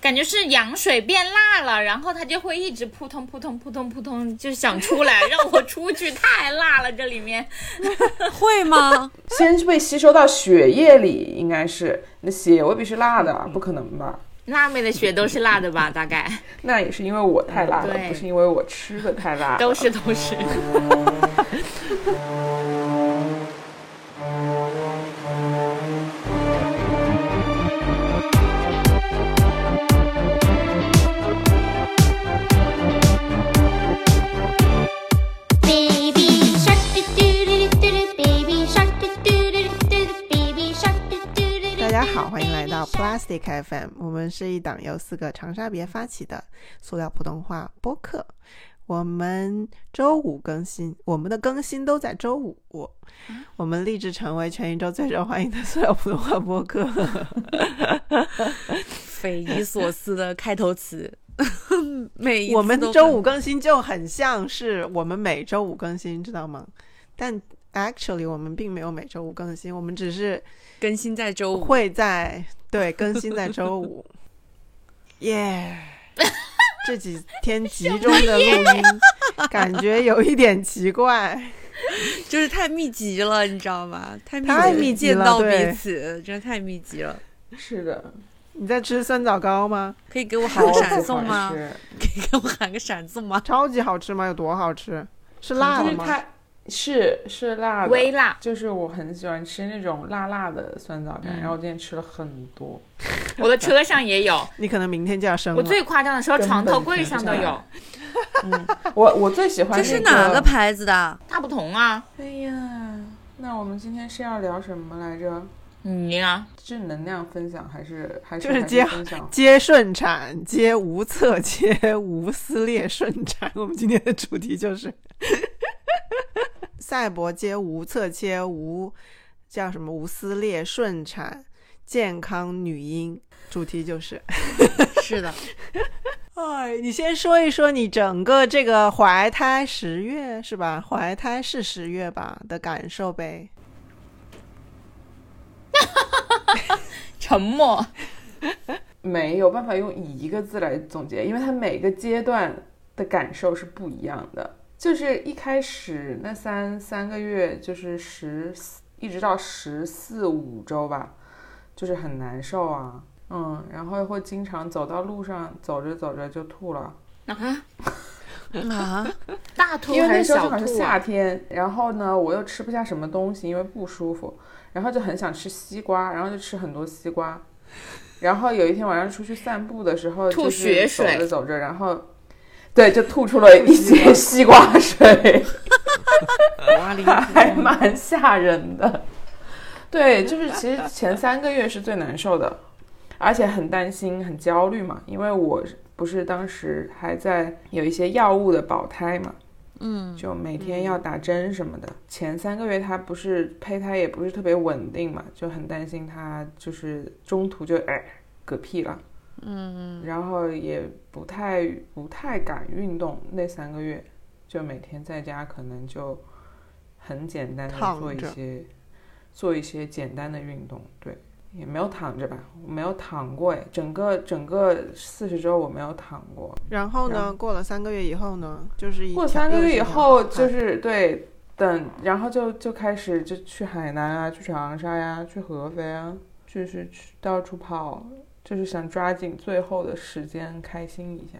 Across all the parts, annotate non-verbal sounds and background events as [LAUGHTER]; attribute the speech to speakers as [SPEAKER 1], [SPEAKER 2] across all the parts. [SPEAKER 1] 感觉是羊水变辣了，然后它就会一直扑通扑通扑通扑通，就想出来让我出去，太辣了这里面。
[SPEAKER 2] 会吗？
[SPEAKER 3] 先被吸收到血液里，应该是那血未必是辣的，不可能吧？
[SPEAKER 1] 辣妹的血都是辣的吧？大
[SPEAKER 3] [LAUGHS]
[SPEAKER 1] 概
[SPEAKER 3] 那也是因为我太辣了
[SPEAKER 1] 对，
[SPEAKER 3] 不是因为我吃的太辣了。
[SPEAKER 1] 都是都是。
[SPEAKER 4] Baby shark doo doo doo doo doo, baby shark doo doo doo doo doo, baby shark doo doo doo doo.
[SPEAKER 5] 大家好，欢迎来到 Plastic FM，我们是一档由四个长沙别发起的塑料普通话播客。我们周五更新，我们的更新都在周五。我们立志成为全宇宙最受欢迎的塑料普通话播客。
[SPEAKER 2] 匪夷所思的开头词， [LAUGHS] 每一次
[SPEAKER 5] 我们
[SPEAKER 2] 都
[SPEAKER 5] 周
[SPEAKER 2] 很
[SPEAKER 5] 五更新就很像是我们每周五更新，知道吗？但 actually 我们并没有每周五更新，我们只是
[SPEAKER 2] 更新在周五，
[SPEAKER 5] 会在对更新在周五。耶、 [LAUGHS] 这几天集中的录音，感觉有一点奇怪。
[SPEAKER 2] 就是太密集了，你知道吗？太密
[SPEAKER 5] 太
[SPEAKER 2] 了
[SPEAKER 5] 密集
[SPEAKER 2] 见
[SPEAKER 5] 了
[SPEAKER 2] 到
[SPEAKER 5] 对
[SPEAKER 2] 彼此，真的太密集了。
[SPEAKER 3] 是的，
[SPEAKER 5] 你在吃酸枣糕吗？
[SPEAKER 2] 可以给我喊个
[SPEAKER 3] 超级
[SPEAKER 2] 闪送吗
[SPEAKER 3] 好？吃
[SPEAKER 2] 可以给我喊个闪送吗？
[SPEAKER 5] 超级好吃吗？有多好吃？是辣
[SPEAKER 3] 就
[SPEAKER 5] 的
[SPEAKER 3] 是
[SPEAKER 5] 吗？
[SPEAKER 3] 它是是辣的，
[SPEAKER 1] 微辣
[SPEAKER 3] 就是我很喜欢吃那种辣辣的酸枣干，然后我今天吃了很多，
[SPEAKER 1] 我的车上也有，
[SPEAKER 5] 你可能明天就要生
[SPEAKER 1] 我
[SPEAKER 5] 了。
[SPEAKER 1] 最夸张的时候，
[SPEAKER 3] 根
[SPEAKER 1] 床
[SPEAKER 3] 本
[SPEAKER 1] 头柜
[SPEAKER 3] 停不
[SPEAKER 1] 上
[SPEAKER 3] 下
[SPEAKER 1] 都
[SPEAKER 3] 来 [LAUGHS]
[SPEAKER 1] 有，
[SPEAKER 3] 我我最喜欢、
[SPEAKER 2] 这
[SPEAKER 3] 那个、
[SPEAKER 2] 是哪个牌子
[SPEAKER 5] [LAUGHS]
[SPEAKER 2] 的？
[SPEAKER 1] 大不同啊，
[SPEAKER 3] 哎呀，那我们今天是要聊什么来着？
[SPEAKER 1] 你啊，
[SPEAKER 3] 是能量分享还是还是
[SPEAKER 5] 就是
[SPEAKER 3] 还
[SPEAKER 5] 接
[SPEAKER 3] 分享？
[SPEAKER 5] 接顺产，接无侧，接无撕裂顺产。我们今天的主题就是
[SPEAKER 3] [LAUGHS]
[SPEAKER 5] 赛博接无侧切无叫什么无撕裂顺产健康女婴，主
[SPEAKER 3] [LAUGHS]
[SPEAKER 5] 题就是。
[SPEAKER 2] 是的，
[SPEAKER 5] 哎，你先说一说你整个这个怀胎十月是吧？怀胎是十月吧的感受呗。
[SPEAKER 1] 沉默。
[SPEAKER 3] 没有办法用一个字来总结，因为它每个阶段的感受是不一样的。就是一开始那三三个月，就是十四一直到十四五周吧，就是很难受啊，嗯，然后会经常走到路上走着走着就吐了。
[SPEAKER 1] 啊，
[SPEAKER 2] 啊，
[SPEAKER 1] 大吐
[SPEAKER 3] 因为
[SPEAKER 1] 还
[SPEAKER 3] 那
[SPEAKER 1] 是
[SPEAKER 3] 时候
[SPEAKER 1] 小
[SPEAKER 3] 正好是
[SPEAKER 1] 吐
[SPEAKER 3] 夏
[SPEAKER 1] 啊？
[SPEAKER 3] 天，然后呢，我又吃不下什么东西，因为不舒服，然后就很想吃西瓜，然后就吃很多西瓜，然后有一天晚上出去散步的时候，
[SPEAKER 1] 吐
[SPEAKER 3] 就
[SPEAKER 1] 血
[SPEAKER 3] 是走
[SPEAKER 1] 水
[SPEAKER 3] 着走着，然后对，就吐出了一些 [LAUGHS] 西瓜水， [LAUGHS] 还蛮吓人的。对，就是其实前三个月是最难受的，而且很担心、很焦虑嘛，因为我不是当时还在有一些药物的保胎嘛，嗯，就每天要打针什么的。前三个月他不是胚胎也不是特别稳定嘛，就很担心他就是中途就哎嗝屁了。嗯，然后也不太不太敢运动，那三个月就每天在家可能就很简单的
[SPEAKER 5] 躺
[SPEAKER 3] 做一
[SPEAKER 5] 着
[SPEAKER 3] 些做一些简单的运动，对，也没有躺着吧，我没有躺过哎，整个整个四十周我没有躺过，
[SPEAKER 5] 然后
[SPEAKER 3] 然
[SPEAKER 5] 呢？过了三个月以后呢？就是一
[SPEAKER 3] 过
[SPEAKER 5] 条
[SPEAKER 3] 三个
[SPEAKER 5] 又
[SPEAKER 3] 月
[SPEAKER 5] 是一
[SPEAKER 3] 以
[SPEAKER 5] 条
[SPEAKER 3] 后
[SPEAKER 5] 好汉
[SPEAKER 3] 就是对，等然后就就开始就去海南啊，去长沙呀、去合肥啊，就是去到处跑，就是想抓紧最后的时间开心一下。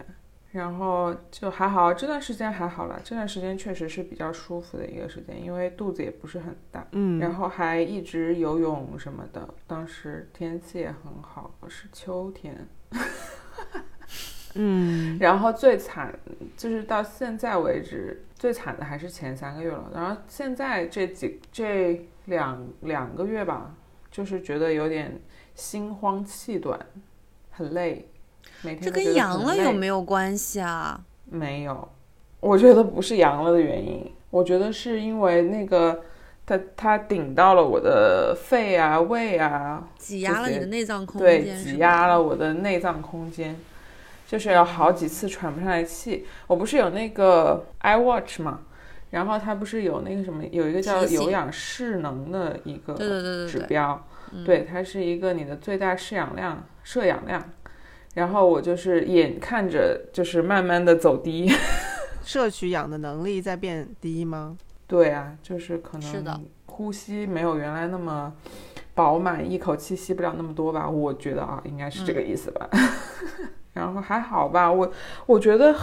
[SPEAKER 3] 然后就还好，这段时间还好了。这段时间确实是比较舒服的一个时间，因为肚子也不是很大，
[SPEAKER 5] 嗯，
[SPEAKER 3] 然后还一直游泳什么的，当时天气也很好，是秋天。 [LAUGHS]
[SPEAKER 5] 嗯，
[SPEAKER 3] 然后最惨就是到现在为止最惨的还是前三个月了，然后现在这几这两两个月吧，就是觉得有点心慌气短，很累，每天
[SPEAKER 2] 这
[SPEAKER 3] 都
[SPEAKER 2] 跟
[SPEAKER 3] 觉得
[SPEAKER 2] 阳
[SPEAKER 3] 很
[SPEAKER 2] 了
[SPEAKER 3] 累
[SPEAKER 2] 有没有关系啊？
[SPEAKER 3] 没有，我觉得不是阳了的原因，我觉得是因为那个它它顶到了我的肺啊、胃啊，
[SPEAKER 2] 挤压了
[SPEAKER 3] 这
[SPEAKER 2] 你
[SPEAKER 3] 些
[SPEAKER 2] 的内脏空
[SPEAKER 3] 对，
[SPEAKER 2] 间，
[SPEAKER 3] 挤压了。我的内脏空间，就是有好几次喘不上来气。我不是有那个 iWatch 嘛，然后它不是有那个什么，有一个叫
[SPEAKER 2] 提醒
[SPEAKER 3] 有氧势能的一个
[SPEAKER 2] 对对对对嗯
[SPEAKER 3] 指
[SPEAKER 2] 对
[SPEAKER 3] 标，对它是一个你的最大摄氧量，摄氧量。然后我就是眼看着就是慢慢的走低。
[SPEAKER 5] 摄取氧的能力在变低吗？
[SPEAKER 3] 对啊，就是可
[SPEAKER 2] 是的
[SPEAKER 3] 能呼吸没有原来那么饱满，一口气吸不了那么多吧。我觉得啊，应该是这
[SPEAKER 2] 嗯
[SPEAKER 3] 个意思吧。 [LAUGHS] 然后还好吧，我我觉得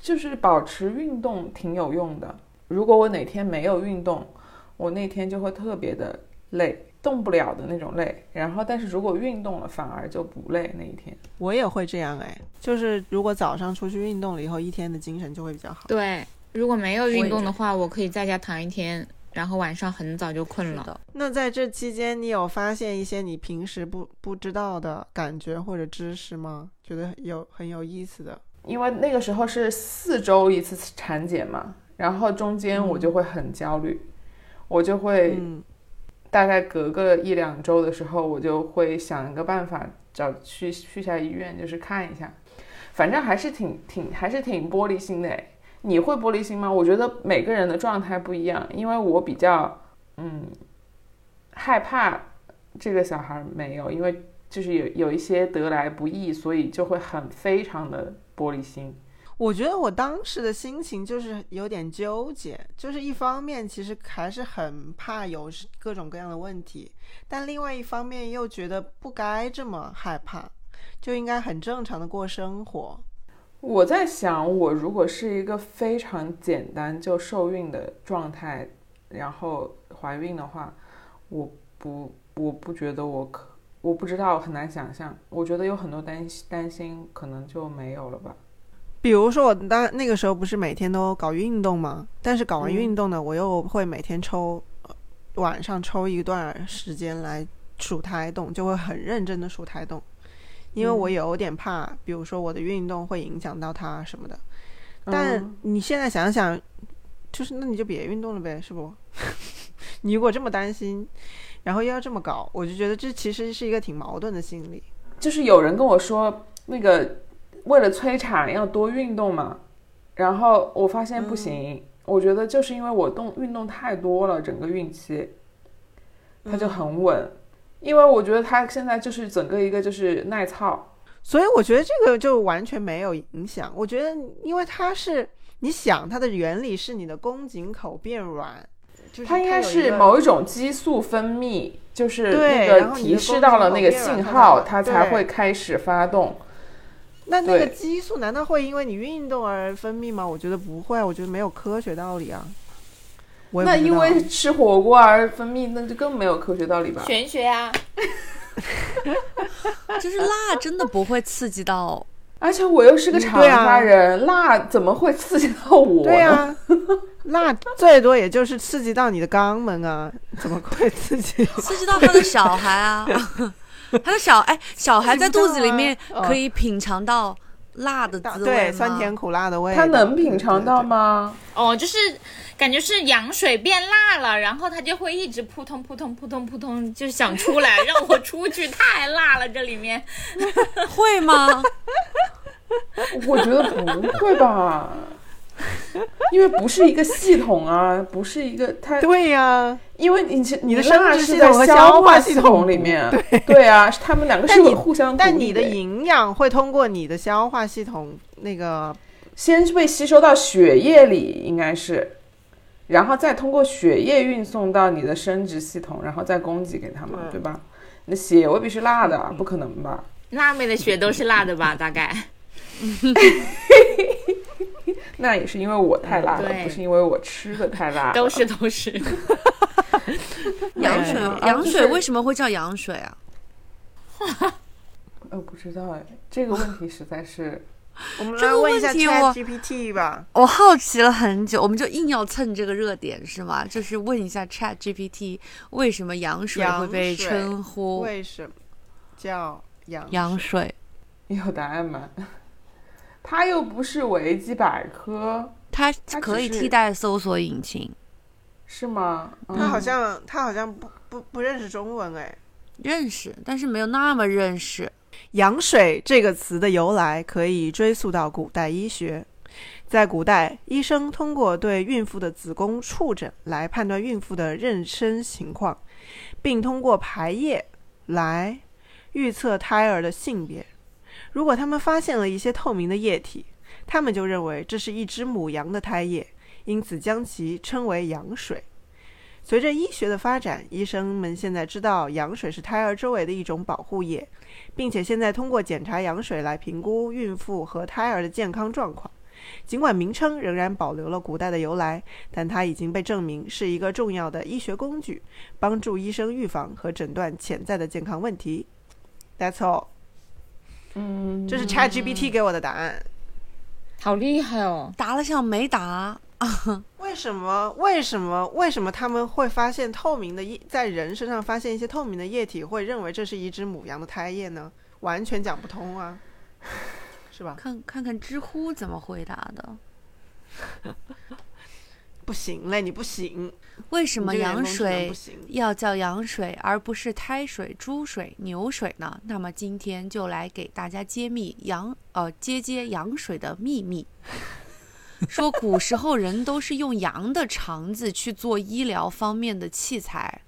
[SPEAKER 3] 就是保持运动挺有用的。如果我哪天没有运动，我那天就会特别的累，动不了的那种累。然后，但是如果运动了，反而就不累那一天。
[SPEAKER 5] 我也会这样哎，就是如果早上出去运动了以后，一天的精神就会比较好。
[SPEAKER 1] 对，如果没有
[SPEAKER 3] 也
[SPEAKER 1] 运动的话，我可以在家躺一天，然后晚上很早就困
[SPEAKER 2] 是
[SPEAKER 1] 了。
[SPEAKER 2] 的，
[SPEAKER 5] 那在这期间，你有发现一些你平时不不知道的感觉或者知识吗？觉得有很有意思的。
[SPEAKER 3] 因为那个时候是四周一次产检嘛，然后中间
[SPEAKER 2] 嗯
[SPEAKER 3] 我就会很焦虑，我就会
[SPEAKER 5] 嗯，
[SPEAKER 3] 大概隔个一两周的时候，我就会想一个办法找去去一下医院，就是看一下。反正还是挺挺还是挺玻璃心的诶。你会玻璃心吗？我觉得每个人的状态不一样，因为我比较嗯害怕这个小孩没有，因为就是有有一些得来不易，所以就会很非常的玻璃心。
[SPEAKER 5] 我觉得我当时的心情就是有点纠结，就是一方面其实还是很怕有各种各样的问题，但另外一方面又觉得不该这么害怕，就应该很正常的过生活。
[SPEAKER 3] 我在想，我如果是一个非常简单就受孕的状态，然后怀孕的话，我不，我不觉得我可，我不知道，很难想象。我觉得有很多担心，担心可能就没有了吧。
[SPEAKER 5] 比如说我当那个时候不是每天都搞运动吗？但是搞完运动呢，我又会每天抽，呃晚上抽一段时间来数胎动，就会很认真的数胎动，因为我有点怕，比如说我的运动会影响到他什么的。但
[SPEAKER 3] 嗯
[SPEAKER 5] 你现在想想，就是那你就别运动了呗，是不？ [LAUGHS] 你如果这么担心，然后又要这么搞，我就觉得这其实是一个挺矛盾的心理。
[SPEAKER 3] 就是有人跟我说，那个为了催产要多运动嘛，然后我发现不行，
[SPEAKER 5] 嗯
[SPEAKER 3] 我觉得就是因为我动运动太多了，整个孕期，它就
[SPEAKER 5] 嗯
[SPEAKER 3] 很稳，因为我觉得它现在就是整个一个就是耐操。
[SPEAKER 5] 所以我觉得这个就完全没有影响。我觉得，因为它是你想它的原理是你的宫颈口变软，就是
[SPEAKER 3] 它应该
[SPEAKER 5] 有一
[SPEAKER 3] 是
[SPEAKER 5] 个
[SPEAKER 3] 某一种激素分泌，就是
[SPEAKER 5] 对
[SPEAKER 3] 那
[SPEAKER 5] 然
[SPEAKER 3] 个
[SPEAKER 5] 后你
[SPEAKER 3] 提
[SPEAKER 5] 的
[SPEAKER 3] 示
[SPEAKER 5] 功
[SPEAKER 3] 到
[SPEAKER 5] 能
[SPEAKER 3] 了
[SPEAKER 5] 好
[SPEAKER 3] 那个
[SPEAKER 5] 变了
[SPEAKER 3] 信
[SPEAKER 5] 它
[SPEAKER 3] 号，
[SPEAKER 5] 才
[SPEAKER 3] 它才
[SPEAKER 5] 对
[SPEAKER 3] 会开始发动。
[SPEAKER 5] 那那个
[SPEAKER 3] 对
[SPEAKER 5] 激素难道会因为你运动而分泌吗？我觉得不会，我觉得没有科学道理啊。我也不
[SPEAKER 3] 那
[SPEAKER 5] 知
[SPEAKER 3] 因
[SPEAKER 5] 道
[SPEAKER 3] 为吃火锅而分泌，那就更没有科学道理吧？
[SPEAKER 1] 玄学啊，
[SPEAKER 2] 就是辣真的不会刺激到，
[SPEAKER 3] 而且我又是个
[SPEAKER 5] 嗯
[SPEAKER 3] 长
[SPEAKER 5] 对啊
[SPEAKER 3] 沙人，辣怎么会刺激到我
[SPEAKER 5] 对
[SPEAKER 3] 呢？
[SPEAKER 5] 啊，那最多也就是刺激到你的肛门啊，怎么会刺激？
[SPEAKER 2] 刺激到他的小孩
[SPEAKER 5] [LAUGHS]
[SPEAKER 2] 啊，他的小哎小孩在肚子里面
[SPEAKER 5] 刺激到啊
[SPEAKER 2] 可以品尝到辣的
[SPEAKER 3] [LAUGHS]
[SPEAKER 2] 滋味
[SPEAKER 5] 对，
[SPEAKER 2] 吗
[SPEAKER 5] 酸甜苦辣的味道，
[SPEAKER 3] 它能品尝到
[SPEAKER 5] 对？对对
[SPEAKER 3] 吗？
[SPEAKER 1] 哦，就是感觉是羊水变辣了，然后它就会一直扑通扑通扑通扑通，就想出来让我出去，太辣了这里面。
[SPEAKER 2] 会吗？
[SPEAKER 3] 我觉得不会吧，因为不是一个系统啊，不是一个它
[SPEAKER 5] 对呀、
[SPEAKER 3] 因为你是你的
[SPEAKER 5] 生
[SPEAKER 3] 生
[SPEAKER 5] 殖
[SPEAKER 3] 是
[SPEAKER 5] 系
[SPEAKER 3] 在
[SPEAKER 5] 统和
[SPEAKER 3] 消
[SPEAKER 5] 消
[SPEAKER 3] 化
[SPEAKER 5] 化
[SPEAKER 3] 系
[SPEAKER 5] 系
[SPEAKER 3] 统
[SPEAKER 5] 统
[SPEAKER 3] 里
[SPEAKER 5] 不
[SPEAKER 3] 面，对啊，是他们两个是
[SPEAKER 5] 但你
[SPEAKER 3] 互相独
[SPEAKER 5] 但
[SPEAKER 3] 立
[SPEAKER 5] 你的
[SPEAKER 3] 的
[SPEAKER 5] 营养会通过你的消化系统那个，
[SPEAKER 3] 先是被吸收到血液里，应该是，然后再通过血液运送到你的生殖系统，然后再供给给他们，对
[SPEAKER 5] 对嗯
[SPEAKER 3] 吧？你的血未必是辣的啊，不可能吧？
[SPEAKER 1] [LAUGHS] 辣妹的血都是辣的吧？大概
[SPEAKER 3] 那也是因为我太辣了，
[SPEAKER 1] 对
[SPEAKER 3] 不是因为我吃的太辣了。
[SPEAKER 1] 都是都是。
[SPEAKER 2] 羊水
[SPEAKER 3] 对
[SPEAKER 2] 羊水为
[SPEAKER 3] 么？
[SPEAKER 2] 什么会叫羊水啊？
[SPEAKER 3] 就是呃，不知道哎，这个问题实在是，
[SPEAKER 5] 我们
[SPEAKER 2] 这
[SPEAKER 5] 来
[SPEAKER 2] 个
[SPEAKER 5] 问一
[SPEAKER 2] 问
[SPEAKER 5] 下
[SPEAKER 2] 题我
[SPEAKER 5] Chat GPT 吧。
[SPEAKER 2] 我好奇了很久，我们就硬要蹭这个热点是吗？就是问一下 Chat GPT 为什么羊水
[SPEAKER 5] 羊
[SPEAKER 2] 会被
[SPEAKER 5] 水
[SPEAKER 2] 称呼
[SPEAKER 5] 为什么叫羊？
[SPEAKER 2] 羊水？
[SPEAKER 3] 你有答案吗？ [LAUGHS] 它又不是维基百科，
[SPEAKER 2] 它
[SPEAKER 3] 只
[SPEAKER 2] 可以
[SPEAKER 3] 是
[SPEAKER 2] 替代搜索引擎，
[SPEAKER 3] 是吗？嗯
[SPEAKER 5] 他好像他好像不不不认识中文哎。
[SPEAKER 2] 认识，但是没有那么认识。
[SPEAKER 5] 羊水这个词的由来可以追溯到古代医学。在古代，医生通过对孕妇的子宫触诊来判断孕妇的妊娠情况，并通过排液来预测胎儿的性别。如果他们发现了一些透明的液体，他们就认为这是一只母羊的胎液，因此将其称为羊水。随着医学的发展，医生们现在知道羊水是胎儿周围的一种保护液，并且现在通过检查羊水来评估孕妇和胎儿的健康状况。尽管名称仍然保留了古代的由来，但它已经被证明是一个重要的医学工具，帮助医生预防和诊断潜在的健康问题。That's all，
[SPEAKER 3] 嗯，
[SPEAKER 5] 这是 ChatGPT 给我的答案。
[SPEAKER 1] 好厉害哦！
[SPEAKER 2] 答了像没啊答，
[SPEAKER 5] 为什么？为什么？为什么他们会发现透明的液，在人身上发现一些透明的液体，会认为这是一只母羊的胎液呢？完全讲不通啊，是吧？
[SPEAKER 2] 看看看知乎怎么回答的。
[SPEAKER 5] 不行嘞，你不行，
[SPEAKER 2] 为什
[SPEAKER 5] 你
[SPEAKER 2] 么
[SPEAKER 5] 这个人
[SPEAKER 2] 羊
[SPEAKER 5] 工智能
[SPEAKER 2] 水
[SPEAKER 5] 不行？
[SPEAKER 2] 要叫羊水，而不是胎水、猪水、牛水呢？那么今天就来给大家揭秘羊呃揭揭羊水的秘密。 [LAUGHS] 说古时候人都是用羊的肠子去做医疗方面的器材，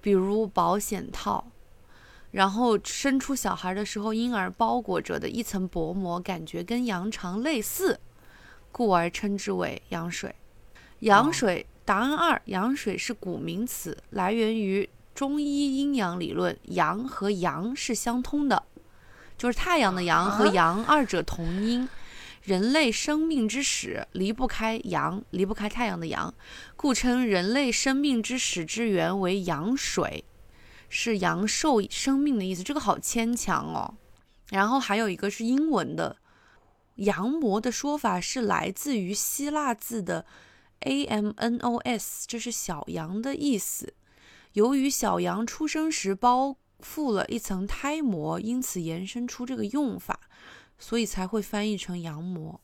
[SPEAKER 2] 比如保险套。然后生出小孩的时候，婴儿包裹着的一层薄膜，感觉跟羊肠类似，故而称之为羊水。羊水，答案二，羊水是古名词，来源于中医阴阳理论，阳和阳是相通的，就是太阳的阳和阳二者同音。人类生命之始离不开阳，离不开太阳的阳，故称人类生命之始之源为阳水，是阳寿生命的意思。这个好牵强哦。然后还有一个是英文的，羊膜的说法是来自于希腊字的 a m n o s，这是小羊的意思。由于小羊出生时包覆了一层胎膜，因此延伸出这个用法，所以才会翻译成羊膜。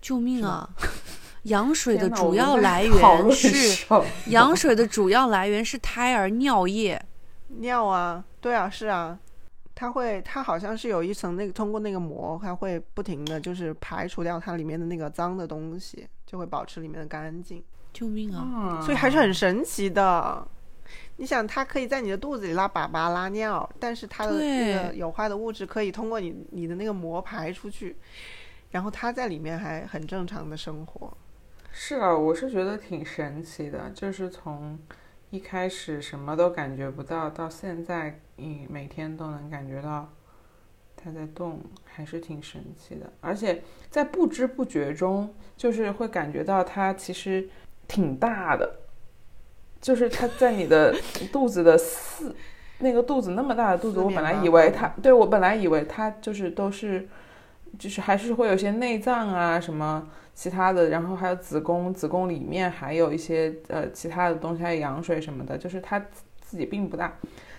[SPEAKER 2] 救命啊！ [LAUGHS] 羊水的
[SPEAKER 3] 天哪
[SPEAKER 2] 主要来
[SPEAKER 3] 我们在讨
[SPEAKER 2] 源
[SPEAKER 3] 论
[SPEAKER 2] 是
[SPEAKER 3] 什么啊
[SPEAKER 2] 羊水的主要来源是胎儿尿液，
[SPEAKER 5] 尿啊，对啊，是啊，它会，它好像是有一层那个通过那个膜，它会不停的就是排除掉它里面的那个脏的东西，就会保持里面的干净，
[SPEAKER 2] 救命啊！
[SPEAKER 3] 啊
[SPEAKER 5] 所以还是很神奇的。你想，它可以在你的肚子里拉粑粑、拉尿，但是它的那个
[SPEAKER 2] 对
[SPEAKER 5] 有害的物质可以通过你你的那个膜排出去，然后它在里面还很正常的生活。
[SPEAKER 3] 是啊，我是觉得挺神奇的，就是从一开始什么都感觉不到，到现在你每天都能感觉到它在动，还是挺神奇的。而且在不知不觉中，就是会感觉到它其实挺大的，就是它在你
[SPEAKER 5] [LAUGHS]
[SPEAKER 3] 的肚子的四那个肚子那么大的肚子，
[SPEAKER 5] 四
[SPEAKER 3] 我
[SPEAKER 5] 面
[SPEAKER 3] 本来
[SPEAKER 5] 八
[SPEAKER 3] 以为
[SPEAKER 5] 方
[SPEAKER 3] 它对我本来以为它就是都是就是还是会有一些内脏啊什么。其他的，然后还有子宫，子宫里面还有一些呃其他的东西，还有羊水什么的，就是它自自己并不大，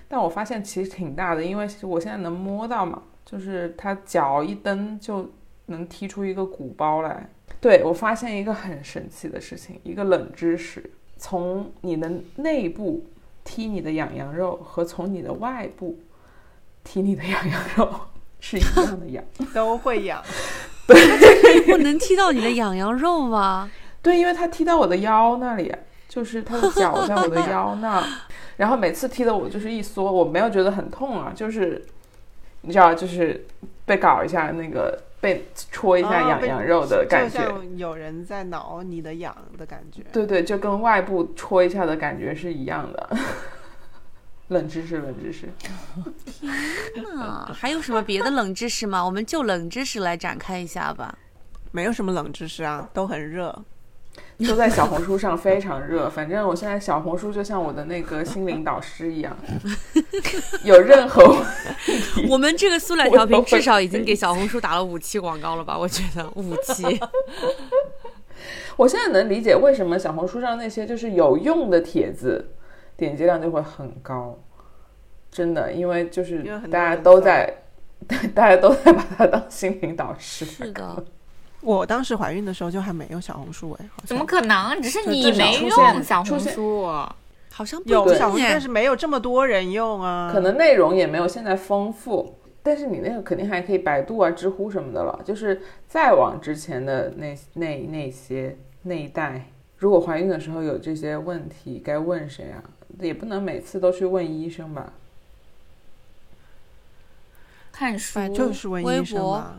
[SPEAKER 3] 但我发现其实挺大的，因为其实我现在能摸到嘛，就是它脚一蹬就能踢出一个鼓包来。对我发现一个很神奇的事情，一个冷知识，从你的内部踢你的痒痒肉和从你的外部踢你的痒痒肉是一样 [LAUGHS] 的痒。
[SPEAKER 5] 都会痒，
[SPEAKER 2] 不能踢到你的痒痒肉 [LAUGHS] 吗？
[SPEAKER 3] 对，因为他踢到我的腰那里，就是他的脚在我的腰 [LAUGHS] 那，然后每次踢的我就是一缩，我没有觉得很痛啊，就是你知道，就是被搞一下那个被戳一下
[SPEAKER 5] 啊
[SPEAKER 3] 痒
[SPEAKER 5] 被
[SPEAKER 3] 痒肉的
[SPEAKER 5] 就
[SPEAKER 3] 感觉，
[SPEAKER 5] 像有人在挠你的痒的感觉。
[SPEAKER 3] 对对，就跟外部戳一下的感觉是一样的。 [LAUGHS] 冷知识，冷知识，
[SPEAKER 2] 啊，还有什么别的冷知识吗？我们就冷知识来展开一下 [LAUGHS] 吧。
[SPEAKER 5] 没有什么冷知识啊，都很热。
[SPEAKER 3] 就在小红书上非常热。反正我现在小红书就像我的那个心灵导师一样， [LAUGHS] 有任何
[SPEAKER 2] 我们这个苏奶
[SPEAKER 3] 我
[SPEAKER 2] 调
[SPEAKER 3] 都
[SPEAKER 2] 频
[SPEAKER 3] 会
[SPEAKER 2] 至少已经给小红书打了五期广告了吧？我觉得五期。
[SPEAKER 3] 我现在能理解为什么小红书上那些就是有用的帖子，点击量就会很高，真的，因为就是
[SPEAKER 5] 因为很多
[SPEAKER 3] 大家
[SPEAKER 5] 人
[SPEAKER 3] 都
[SPEAKER 5] 搜
[SPEAKER 3] 在， [LAUGHS] 大家都在把它当心灵导
[SPEAKER 2] [LAUGHS]
[SPEAKER 3] 师。
[SPEAKER 2] 是的，
[SPEAKER 5] 我当时怀孕的时候就还没有小红书哎，好像
[SPEAKER 1] 怎么可能？只是
[SPEAKER 3] 就
[SPEAKER 1] 你
[SPEAKER 3] 至少
[SPEAKER 1] 没
[SPEAKER 3] 出
[SPEAKER 1] 用
[SPEAKER 3] 现
[SPEAKER 1] 小
[SPEAKER 3] 出
[SPEAKER 1] 红
[SPEAKER 3] 现
[SPEAKER 1] 书，哦
[SPEAKER 2] 好像不
[SPEAKER 5] 有
[SPEAKER 2] 一定
[SPEAKER 5] 小红书，
[SPEAKER 2] 哎
[SPEAKER 5] 但是没有这么多人用啊。
[SPEAKER 3] 可能内容也没有现在丰富，但是你那个肯定还可以百度啊、知乎什么的了。就是再往之前的那那那些那一代，如果怀孕的时候有这些问题，该问谁啊？也不能每次都去问医生吧。
[SPEAKER 1] 看书
[SPEAKER 2] 百、
[SPEAKER 5] 就
[SPEAKER 2] 度
[SPEAKER 5] 是文
[SPEAKER 2] 微
[SPEAKER 5] 医生
[SPEAKER 2] 博
[SPEAKER 5] 嘛，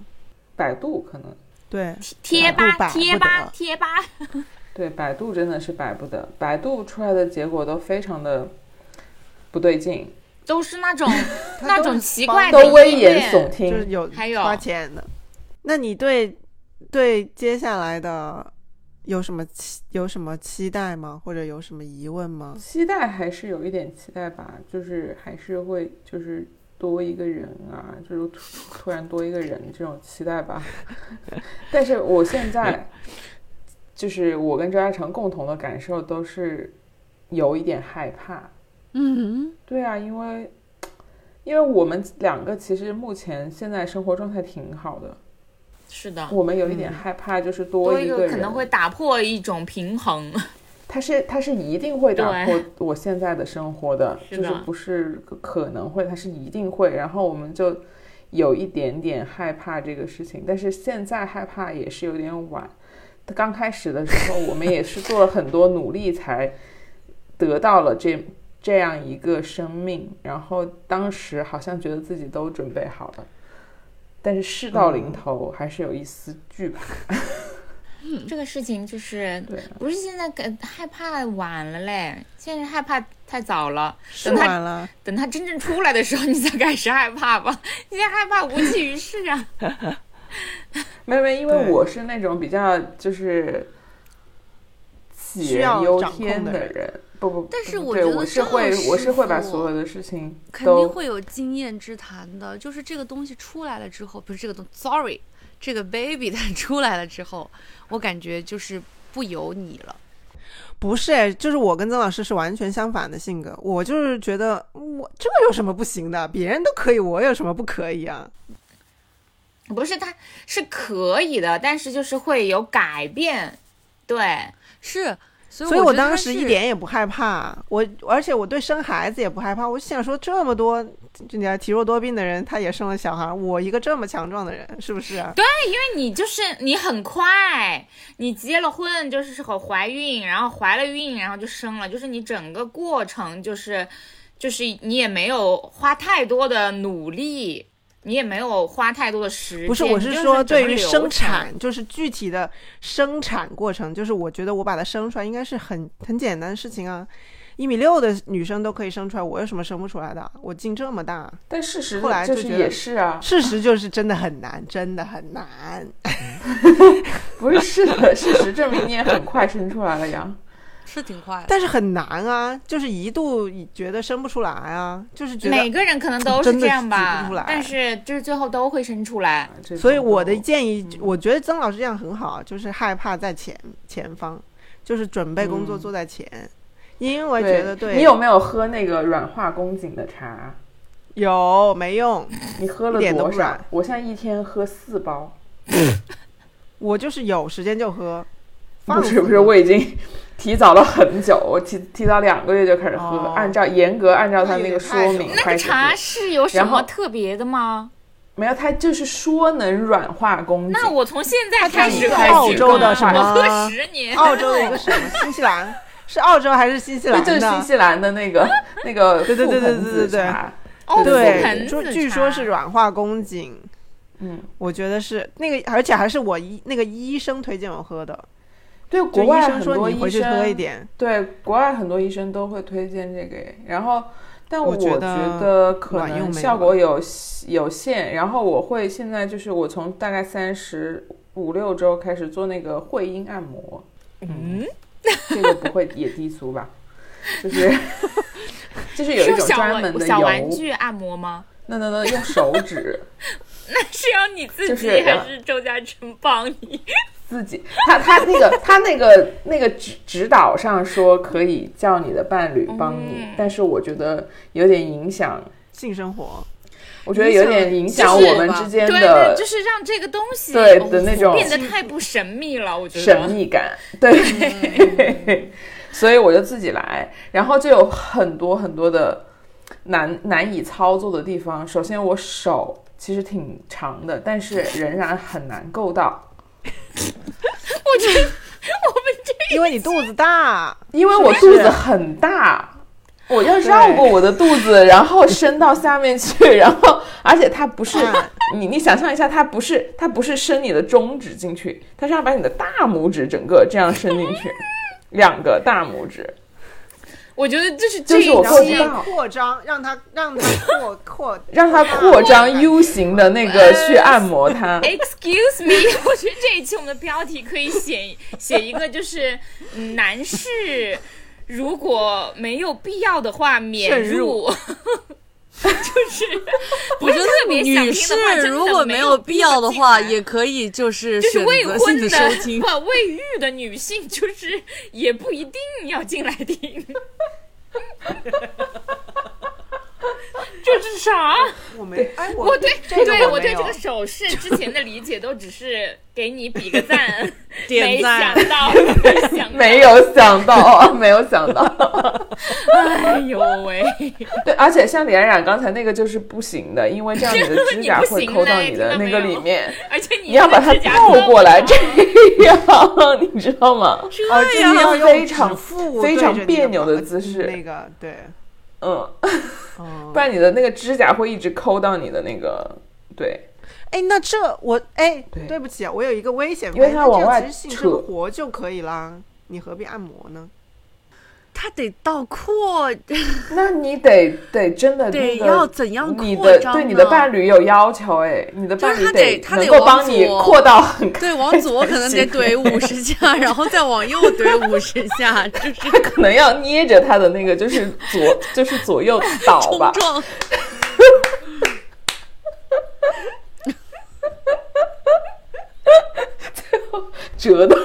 [SPEAKER 3] 百度可能
[SPEAKER 5] 对，
[SPEAKER 1] 贴
[SPEAKER 5] 不摆
[SPEAKER 1] 吧、
[SPEAKER 5] 不
[SPEAKER 1] 贴吧、
[SPEAKER 5] 得
[SPEAKER 1] 贴 [LAUGHS] 吧。
[SPEAKER 3] 对百度真的是百不得，百度出来的结果都非常的不对劲，
[SPEAKER 1] 都是那种
[SPEAKER 5] 他
[SPEAKER 1] 那
[SPEAKER 5] 都
[SPEAKER 1] 种
[SPEAKER 5] 是
[SPEAKER 1] 奇
[SPEAKER 5] 帮
[SPEAKER 1] 怪
[SPEAKER 5] 着
[SPEAKER 1] 的
[SPEAKER 3] 都危
[SPEAKER 1] 音
[SPEAKER 3] 言
[SPEAKER 1] 乐
[SPEAKER 3] 耸
[SPEAKER 5] 就是
[SPEAKER 3] 听。啊
[SPEAKER 5] 有
[SPEAKER 1] 还有
[SPEAKER 5] 花钱的。那你对对接下来的有什么期有什么期待吗？或者有什么疑问吗？
[SPEAKER 3] 期待还是有一点期待吧，就是还是会就是多一个人啊，就是突突然多一个人这种期待吧。 [LAUGHS] 但是我现在就是我跟周嘉诚共同的感受都是有一点害怕，
[SPEAKER 2] 嗯，
[SPEAKER 3] 对啊，因为因为我们两个其实目前现在生活状态挺好的，
[SPEAKER 1] 是的，
[SPEAKER 3] 我们有一点害怕，就是多
[SPEAKER 1] 嗯多
[SPEAKER 3] 一
[SPEAKER 1] 一
[SPEAKER 3] 个人，
[SPEAKER 1] 可能会打破一种平衡。
[SPEAKER 3] 他是他是一定会打破
[SPEAKER 1] 对
[SPEAKER 3] 我现在的生活的，
[SPEAKER 1] 是
[SPEAKER 3] 就
[SPEAKER 1] 的
[SPEAKER 3] 是不是可能会，他是一定会。然后我们就有一点点害怕这个事情，但是现在害怕也是有点晚。刚开始的时候，我们也是做了很多努力才得到了这这样一个生命，然后当时好像觉得自己都准备好了，但是事到
[SPEAKER 1] 嗯
[SPEAKER 3] 临头还是有一丝惧怕。
[SPEAKER 1] 嗯这个事情就是
[SPEAKER 3] 对，
[SPEAKER 1] 不是现在感害怕晚了嘞，现在害怕太早了。
[SPEAKER 5] 是
[SPEAKER 1] 等他
[SPEAKER 5] 完了，
[SPEAKER 1] 等他真正出来的时候，你再开始害怕吧。 [LAUGHS] 你现在害怕无济于事啊。
[SPEAKER 3] 没有没有，因为
[SPEAKER 5] 对
[SPEAKER 3] 我是那种比较就是杞
[SPEAKER 5] 需要
[SPEAKER 3] 人忧
[SPEAKER 5] 掌控
[SPEAKER 3] 天
[SPEAKER 5] 的
[SPEAKER 3] 的
[SPEAKER 5] 人
[SPEAKER 3] 人，不不，
[SPEAKER 2] 但
[SPEAKER 3] 不
[SPEAKER 2] 是
[SPEAKER 3] 不
[SPEAKER 2] 我
[SPEAKER 3] 对
[SPEAKER 2] 觉得
[SPEAKER 3] 我是
[SPEAKER 2] 这
[SPEAKER 3] 会
[SPEAKER 2] 种
[SPEAKER 3] 我是会把
[SPEAKER 2] 舒服
[SPEAKER 3] 所有的事情
[SPEAKER 2] 肯定
[SPEAKER 3] 都
[SPEAKER 2] 会有经验之谈的。就是这个东西出来了之后，不是这个东，sorry，这个 baby 它出来了之后，我感觉就是不由你了。
[SPEAKER 5] 不是哎，就是我跟曾老师是完全相反的性格。我就是觉得我这有什么不行的？别人都可以，我有什么不可以啊？
[SPEAKER 1] 不是，他是可以的，但是就是会有改变。对，
[SPEAKER 2] 是，所以
[SPEAKER 5] 所以我
[SPEAKER 2] 觉得它
[SPEAKER 5] 当时
[SPEAKER 2] 是
[SPEAKER 5] 一点也不害怕，我而且我对生孩子也不害怕。我想说，这么多你看体弱多病的人，他也生了小孩，我一个这么强壮的人，是不是啊？
[SPEAKER 1] 你就是你很快，你结了婚就是怀怀孕，然后怀了孕，然后就生了，就是你整个过程就是，就是你也没有花太多的努力，你也没有花太多的时间。
[SPEAKER 5] 不是，我
[SPEAKER 1] 你就是
[SPEAKER 5] 说
[SPEAKER 1] 整个
[SPEAKER 5] 对于
[SPEAKER 1] 流
[SPEAKER 5] 生
[SPEAKER 1] 程
[SPEAKER 5] 产，就是具体的生产过程，就是我觉得我把它生出来应该是很很简单的事情啊。一米六的女生都可以生出来，我有什么生不出来的？啊我劲这么大，
[SPEAKER 3] 但事实
[SPEAKER 5] 后来
[SPEAKER 3] 就
[SPEAKER 5] 就是觉
[SPEAKER 3] 也
[SPEAKER 5] 得
[SPEAKER 3] 是啊，
[SPEAKER 5] 事实就是真的很难，真的很难。
[SPEAKER 3] 不是是的，事实证明你也很快生出来了呀。啊
[SPEAKER 2] 是挺快的。
[SPEAKER 5] 但是很难啊，就是一度觉得生不出来啊，就是觉
[SPEAKER 1] 每
[SPEAKER 5] 得。
[SPEAKER 1] 个人可能都是
[SPEAKER 5] 真
[SPEAKER 1] 这
[SPEAKER 5] 的
[SPEAKER 1] 样
[SPEAKER 5] 挤
[SPEAKER 1] 吧
[SPEAKER 5] 不出来，
[SPEAKER 1] 但是就是最后都会生出来。
[SPEAKER 3] 这
[SPEAKER 5] 所以
[SPEAKER 3] 种
[SPEAKER 5] 我的
[SPEAKER 3] 都
[SPEAKER 5] 建议，我觉得曾老师这样很好，啊就是害怕在前前方，就是准备工作
[SPEAKER 3] 嗯
[SPEAKER 5] 做在前，因为觉
[SPEAKER 3] 对
[SPEAKER 5] 得对
[SPEAKER 3] 你有没有喝那个软化宫颈的茶？
[SPEAKER 5] 有没用，
[SPEAKER 3] 你喝
[SPEAKER 5] 一
[SPEAKER 3] 了
[SPEAKER 5] 点都
[SPEAKER 3] 多
[SPEAKER 5] 不
[SPEAKER 3] 少
[SPEAKER 5] 软？
[SPEAKER 3] 我现在一天喝四包，
[SPEAKER 5] 我就是有时间就喝，放
[SPEAKER 3] 不是
[SPEAKER 5] 肆
[SPEAKER 3] 不是，
[SPEAKER 5] 喝
[SPEAKER 3] 我已经 [LAUGHS] 提早了很久，我提提早两个月就开始喝，
[SPEAKER 5] 哦
[SPEAKER 3] 按照严格按照
[SPEAKER 5] 那
[SPEAKER 3] 他
[SPEAKER 5] 有
[SPEAKER 3] 那
[SPEAKER 5] 点
[SPEAKER 3] 个
[SPEAKER 5] 太
[SPEAKER 3] 说
[SPEAKER 5] 少
[SPEAKER 3] 明
[SPEAKER 5] 了
[SPEAKER 1] 那
[SPEAKER 3] 开
[SPEAKER 1] 个
[SPEAKER 3] 始
[SPEAKER 1] 茶
[SPEAKER 3] 喝
[SPEAKER 1] 是有什
[SPEAKER 3] 然后
[SPEAKER 1] 么特别的吗？
[SPEAKER 3] 没有，他就是说能软化宫颈。
[SPEAKER 1] 那我从现在开始
[SPEAKER 3] 它
[SPEAKER 1] 喝
[SPEAKER 3] 是澳洲的
[SPEAKER 1] 啊
[SPEAKER 3] 什么
[SPEAKER 1] 我喝十年，
[SPEAKER 5] 澳洲的一个什么新西兰，是澳洲还是新西
[SPEAKER 3] 这
[SPEAKER 5] 兰
[SPEAKER 3] 就是新
[SPEAKER 5] 的？
[SPEAKER 3] 西兰的
[SPEAKER 5] [LAUGHS]
[SPEAKER 3] 那个那个
[SPEAKER 5] 对对对对
[SPEAKER 3] 覆盆
[SPEAKER 5] 对
[SPEAKER 3] 子
[SPEAKER 5] 对对
[SPEAKER 3] 茶
[SPEAKER 1] 哦，覆
[SPEAKER 3] 对覆
[SPEAKER 5] 对，
[SPEAKER 1] 盆
[SPEAKER 5] 说
[SPEAKER 1] 子
[SPEAKER 5] 据
[SPEAKER 1] 茶
[SPEAKER 5] 说是软化宫颈，
[SPEAKER 3] 嗯，
[SPEAKER 5] 我觉得是那个，而且还是我医那个医生推荐我喝的，
[SPEAKER 3] 对，
[SPEAKER 5] 就
[SPEAKER 3] 国
[SPEAKER 5] 医
[SPEAKER 3] 外
[SPEAKER 5] 生
[SPEAKER 3] 很
[SPEAKER 5] 说
[SPEAKER 3] 多
[SPEAKER 5] 你回
[SPEAKER 3] 医
[SPEAKER 5] 去喝一
[SPEAKER 3] 生，
[SPEAKER 5] 点，
[SPEAKER 3] 对，国外很多医生都会推荐这个耶。然后，但
[SPEAKER 5] 我
[SPEAKER 3] 我
[SPEAKER 5] 觉
[SPEAKER 3] 觉
[SPEAKER 5] 得
[SPEAKER 3] 得可
[SPEAKER 5] 卵用
[SPEAKER 3] 能
[SPEAKER 5] 没
[SPEAKER 3] 效
[SPEAKER 5] 有
[SPEAKER 3] 果有有限。然后我会现在就是我从大概三十五六周开始做那个会阴按摩，
[SPEAKER 1] 嗯，
[SPEAKER 3] 这个不会也低俗吧？就是就是有一
[SPEAKER 1] 是
[SPEAKER 3] 种
[SPEAKER 1] 小
[SPEAKER 3] 专门
[SPEAKER 1] 玩
[SPEAKER 3] 的
[SPEAKER 1] 小
[SPEAKER 3] 油，
[SPEAKER 1] 玩具按摩吗？
[SPEAKER 3] 那那那用手指。
[SPEAKER 1] 那是要你自
[SPEAKER 3] 就是
[SPEAKER 1] 己还是周嘉诚帮你？
[SPEAKER 3] 自己，他他那个他那个那个指指导上说可以叫你的伴侣帮你，
[SPEAKER 1] 嗯
[SPEAKER 3] 但是我觉得有点影响，
[SPEAKER 5] 性生活。
[SPEAKER 3] 我觉得有点影响
[SPEAKER 2] 就是
[SPEAKER 3] 我们之间
[SPEAKER 1] 对对，
[SPEAKER 3] 的
[SPEAKER 1] 就是让这个东西
[SPEAKER 3] 对的
[SPEAKER 1] 哦
[SPEAKER 3] 那种
[SPEAKER 1] 变得太不神秘了，我觉
[SPEAKER 3] 神
[SPEAKER 1] 得。
[SPEAKER 3] 秘感，对， [LAUGHS] 所以我就自己来，然后就有很多很多的难难以操作的地方。首先，我手其实挺长的，但是仍然很难够到。
[SPEAKER 1] 我觉得我们这
[SPEAKER 5] 因为你肚子大，
[SPEAKER 3] 因为
[SPEAKER 5] 是
[SPEAKER 3] 我
[SPEAKER 5] 不
[SPEAKER 3] 肚
[SPEAKER 5] 是
[SPEAKER 3] 子很大，我要绕过我的肚子，然后伸到下面去， [LAUGHS] 然后而且它不是
[SPEAKER 5] 啊
[SPEAKER 3] 你你想象一下，它不是它不是伸你的中指进去，它是要把你的大拇指整个这样伸进
[SPEAKER 1] [LAUGHS]
[SPEAKER 3] 去，两个大拇指。
[SPEAKER 1] 我觉得这是这
[SPEAKER 3] 就
[SPEAKER 1] 一
[SPEAKER 3] 是我
[SPEAKER 5] 然后
[SPEAKER 3] 做
[SPEAKER 1] 期
[SPEAKER 3] 不
[SPEAKER 5] 让
[SPEAKER 3] 到
[SPEAKER 5] 它扩张，让它让它扩 [LAUGHS] 扩，
[SPEAKER 3] 让它扩
[SPEAKER 1] [LAUGHS]
[SPEAKER 3] 张 U 型的那个
[SPEAKER 1] 哎
[SPEAKER 3] 去按摩它，
[SPEAKER 1] Excuse me，我 [LAUGHS] 觉得这一期我们的标题可以写写一个，就是嗯男士如果没有必要的话免
[SPEAKER 2] 慎入
[SPEAKER 1] 入， [LAUGHS]
[SPEAKER 2] [LAUGHS]
[SPEAKER 1] 就是不
[SPEAKER 2] 我
[SPEAKER 1] 是
[SPEAKER 2] 觉
[SPEAKER 1] 特
[SPEAKER 2] 得
[SPEAKER 1] 别想
[SPEAKER 2] 女
[SPEAKER 1] 听
[SPEAKER 2] 士
[SPEAKER 1] 的话，真的
[SPEAKER 2] 如果
[SPEAKER 1] 没
[SPEAKER 2] 没有必要的话，
[SPEAKER 1] 进来
[SPEAKER 2] 也可以就是
[SPEAKER 1] 就是
[SPEAKER 2] 选
[SPEAKER 1] 未
[SPEAKER 2] 择性
[SPEAKER 1] 婚
[SPEAKER 2] 的
[SPEAKER 1] 的
[SPEAKER 2] 收
[SPEAKER 1] [LAUGHS]
[SPEAKER 2] 听。
[SPEAKER 1] 不未育的女性，就是也不一定要进来听。 [LAUGHS] 这是啥？
[SPEAKER 5] 我没哎我
[SPEAKER 1] 我对
[SPEAKER 5] [LAUGHS] 这个
[SPEAKER 1] 对
[SPEAKER 5] 我
[SPEAKER 1] 我
[SPEAKER 5] 没
[SPEAKER 1] 对
[SPEAKER 5] 有
[SPEAKER 1] 这个手势之前的理解都只是给你比个赞，
[SPEAKER 2] 点赞
[SPEAKER 1] 没想到，没想到
[SPEAKER 3] 没，有想到， [LAUGHS] 没有想到。 [LAUGHS]
[SPEAKER 1] 哎呦喂，
[SPEAKER 3] 对，而且像李冉冉刚才那个就是不行的，因为这样你的指甲
[SPEAKER 1] [LAUGHS] 你不
[SPEAKER 3] 会
[SPEAKER 1] 行
[SPEAKER 3] 抠到
[SPEAKER 1] 嘞
[SPEAKER 3] 你的
[SPEAKER 1] 听到
[SPEAKER 3] 那个
[SPEAKER 1] 没
[SPEAKER 3] 里
[SPEAKER 1] 有
[SPEAKER 3] 面，
[SPEAKER 1] 而且你
[SPEAKER 3] [LAUGHS] 你要把它
[SPEAKER 1] 这个指甲
[SPEAKER 3] 倒过来，
[SPEAKER 1] 抠
[SPEAKER 3] 这样 [LAUGHS] 你知道吗？
[SPEAKER 5] 哦，这
[SPEAKER 3] 样
[SPEAKER 5] 要
[SPEAKER 3] 非
[SPEAKER 5] 用指
[SPEAKER 3] 常
[SPEAKER 5] 腹
[SPEAKER 3] 非
[SPEAKER 5] 对
[SPEAKER 3] 常
[SPEAKER 5] 着你
[SPEAKER 3] 别
[SPEAKER 5] 的
[SPEAKER 3] 扭的
[SPEAKER 5] 脖
[SPEAKER 3] 姿势
[SPEAKER 5] 那个对，
[SPEAKER 3] 嗯，
[SPEAKER 5] 嗯
[SPEAKER 3] 不，然你的那个指甲会一直抠到你的那个，对，
[SPEAKER 5] 哎，那这我哎
[SPEAKER 3] 对，
[SPEAKER 5] 对不起，我有一个危险
[SPEAKER 3] 因为
[SPEAKER 5] 反应
[SPEAKER 3] 它
[SPEAKER 5] 那这
[SPEAKER 3] 往
[SPEAKER 5] 样
[SPEAKER 3] 外
[SPEAKER 5] 其实性
[SPEAKER 3] 扯
[SPEAKER 5] 生活就可以啦，你何必按摩呢？
[SPEAKER 2] 它得到扩，
[SPEAKER 3] 那你得得真的
[SPEAKER 2] 得
[SPEAKER 3] 那个
[SPEAKER 2] 要怎样
[SPEAKER 3] 你
[SPEAKER 2] 扩
[SPEAKER 3] 的
[SPEAKER 2] 张
[SPEAKER 3] 对你的
[SPEAKER 2] 呢
[SPEAKER 3] 伴侣有要求哎，你的
[SPEAKER 2] 就是
[SPEAKER 3] 伴侣
[SPEAKER 2] 他得他
[SPEAKER 3] 能
[SPEAKER 2] 得往
[SPEAKER 3] 够帮你
[SPEAKER 2] 左
[SPEAKER 3] 扩到很 [LAUGHS]
[SPEAKER 2] [LAUGHS]
[SPEAKER 3] 开
[SPEAKER 2] 对，往左可能得
[SPEAKER 3] 行
[SPEAKER 2] 怼五十下，然后再往右怼五十下，就是
[SPEAKER 3] 他可能要捏着他的那个，就是左，就是左右倒吧
[SPEAKER 2] 冲。撞。
[SPEAKER 3] 折的，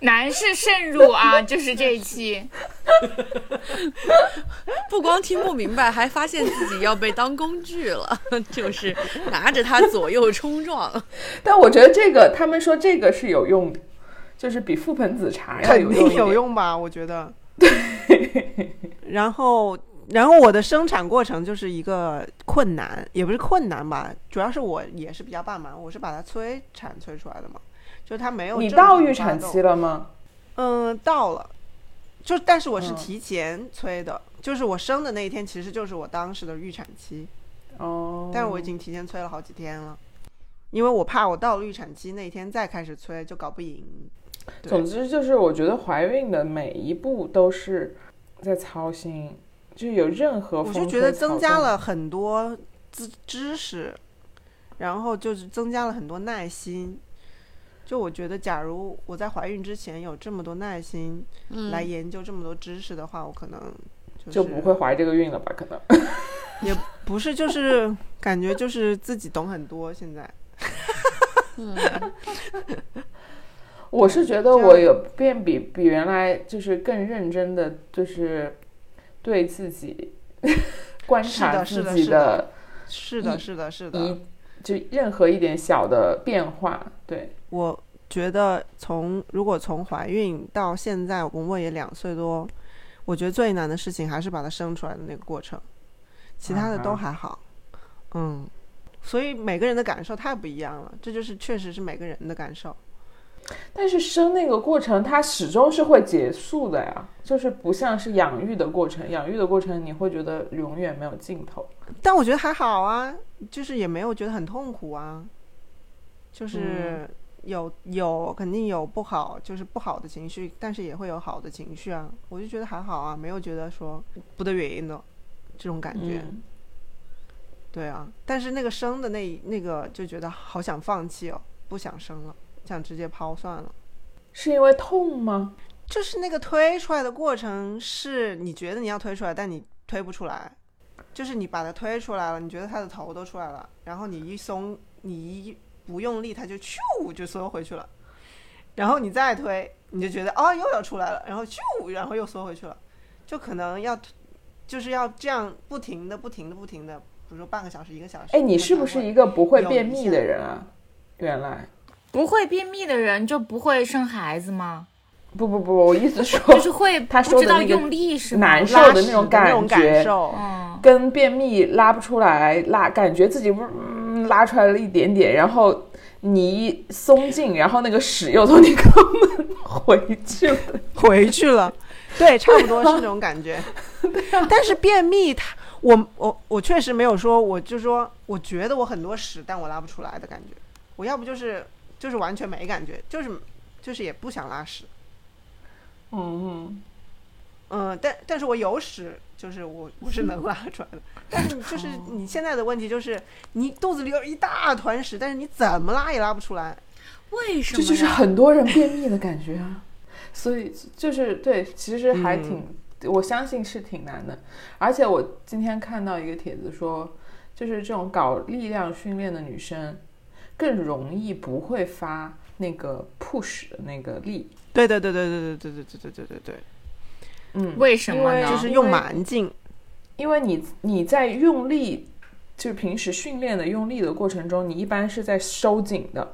[SPEAKER 1] 男士慎入啊，就是这一期。
[SPEAKER 2] 不光听不明白，还发现自己要被当工具了， [LAUGHS] 就是拿着它左右冲撞。
[SPEAKER 3] [LAUGHS]
[SPEAKER 2] [LAUGHS]
[SPEAKER 3] 但我觉得这个，他们说这个是有用的，就是比覆盆子茶要
[SPEAKER 5] 肯
[SPEAKER 3] 有用
[SPEAKER 5] 定
[SPEAKER 3] 一点
[SPEAKER 5] 有。用吧，我觉得。 [LAUGHS] 然后，然后我的生产过程就是一个困难，也不是困难吧，主要是我也是比较半忙，我是把它催产催出来的嘛，就是它没有
[SPEAKER 3] 你
[SPEAKER 5] 正常
[SPEAKER 3] 到预产
[SPEAKER 5] 发
[SPEAKER 3] 期
[SPEAKER 5] 动，
[SPEAKER 3] 了吗？
[SPEAKER 5] 嗯，到了，就但是我是
[SPEAKER 3] 嗯
[SPEAKER 5] 提前催的，就是我生的那一天其实就是我当时的预产期，
[SPEAKER 3] 哦，
[SPEAKER 5] 但是我已经提前催了好几天了，因为我怕我到了预产期那一天再开始催就搞不赢，对
[SPEAKER 3] 总之就是，我觉得怀孕的每一步都是在操心，就有任何
[SPEAKER 5] 我
[SPEAKER 3] 风
[SPEAKER 5] 就
[SPEAKER 3] 吹
[SPEAKER 5] 觉得增加
[SPEAKER 3] 草动
[SPEAKER 5] 了很多知知识，然后就是增加了很多耐心。就我觉得，假如我在怀孕之前有这么多耐心来
[SPEAKER 2] 嗯，
[SPEAKER 5] 研究这么多知识的话，我可能就是
[SPEAKER 3] 就不会怀这个孕了吧？可能 [LAUGHS]
[SPEAKER 5] 不是就是感觉就是自己懂很多。现在
[SPEAKER 3] 我是觉得
[SPEAKER 5] 这样
[SPEAKER 3] 我有变比比原来就是更认真的，就是对自己 [LAUGHS] 观
[SPEAKER 5] 是
[SPEAKER 3] 察
[SPEAKER 5] 的
[SPEAKER 3] 自
[SPEAKER 5] 是的
[SPEAKER 3] 己
[SPEAKER 5] 是
[SPEAKER 3] 的
[SPEAKER 5] 的是的，
[SPEAKER 3] 一
[SPEAKER 5] 是的，是的
[SPEAKER 3] 一，就任何一点小的变化，对，
[SPEAKER 5] 我觉得从如果从怀孕到现在，我我也两岁多，我觉得最难的事情还是把它生出来的那个过程，其他的
[SPEAKER 3] 啊
[SPEAKER 5] 都
[SPEAKER 3] 哈
[SPEAKER 5] 还好。嗯，所以每个人的感受太不一样了，这就是确实是每个人的感受。
[SPEAKER 3] 但是生那个过程，它始终是会结束的呀，就是不像是养育的过程，养育的过程你会觉得永远没有尽头。
[SPEAKER 5] 但我觉得还好啊，就是也没有觉得很痛苦啊，
[SPEAKER 3] 嗯
[SPEAKER 5] 就是有、有肯定有不好，就是不好的情绪，但是也会有好的情绪啊，我就觉得还好啊，没有觉得说不得原因的这种感觉。
[SPEAKER 3] 嗯，
[SPEAKER 5] 对啊，但是那个生的那一那个就觉得好想放弃哦，不想生了，想直接抛算了。
[SPEAKER 3] 是因为痛吗？
[SPEAKER 5] 就是那个推出来的过程，是你觉得你要推出来，但你推不出来，就是你把它推出来了，你觉得它的头都出来了，然后你一松，你一不用力，它就咻就缩回去了，然后你再推，你就觉得哦又要出来了，然后咻，然后又缩回去了，就可能要就是要这样不停的、不停的、不停的，比如说半个小时、一个小时。
[SPEAKER 3] 哎，你
[SPEAKER 5] 它
[SPEAKER 3] 是
[SPEAKER 5] 才
[SPEAKER 3] 不是
[SPEAKER 5] 会
[SPEAKER 3] 一个不会
[SPEAKER 5] 有
[SPEAKER 3] 便
[SPEAKER 5] 一
[SPEAKER 3] 秘
[SPEAKER 5] 下
[SPEAKER 3] 的人啊？原来
[SPEAKER 1] 不会便秘的人就不会生孩子吗？
[SPEAKER 3] 不不不，我意思说，
[SPEAKER 1] 就是会
[SPEAKER 3] 他
[SPEAKER 1] 不
[SPEAKER 3] 说
[SPEAKER 1] 知
[SPEAKER 3] 的
[SPEAKER 1] 道
[SPEAKER 3] 那个
[SPEAKER 1] 用力是吗？
[SPEAKER 3] 难受
[SPEAKER 5] 拉
[SPEAKER 3] 的
[SPEAKER 5] 屎
[SPEAKER 3] 那
[SPEAKER 5] 的
[SPEAKER 3] 种
[SPEAKER 5] 那种
[SPEAKER 3] 感觉
[SPEAKER 5] 感受？
[SPEAKER 1] 嗯，
[SPEAKER 3] 跟便秘拉不出来，拉感觉自己嗯拉出来了一点点，然后你一松劲，然后那个屎又从你肛门回去了。
[SPEAKER 5] 回去了，对，差不多是这种感觉。但是便秘它，我我我确实没有说，我就说我觉得我很多屎，但我拉不出来的感觉。我要不就是就是完全没感觉，就是就是也不想拉屎。
[SPEAKER 3] 嗯嗯，
[SPEAKER 5] 嗯，但但是我有屎，就是我我是能拉出来的。但是就是你现在的问题就是，你肚子里有一大团屎，但是你怎么拉也拉不出来。
[SPEAKER 2] 为什
[SPEAKER 3] 这
[SPEAKER 2] 么
[SPEAKER 3] 就是
[SPEAKER 2] 呀
[SPEAKER 3] 很多人便秘的感觉啊。 [LAUGHS] 所以就是对，其实
[SPEAKER 2] 嗯
[SPEAKER 3] 还挺，我相信是挺难的。而且我今天看到一个帖子说，就是这种搞力量训练的女生，更容易不会发那个 push 的那个力。
[SPEAKER 5] 对对对对对对对对对对对对
[SPEAKER 3] 嗯，
[SPEAKER 1] 为什么呢
[SPEAKER 3] 因为
[SPEAKER 5] 就是用
[SPEAKER 3] 因为
[SPEAKER 5] 蛮劲。
[SPEAKER 3] 因为你你在用力，就是平时训练的用力的过程中，你一般是在收紧的。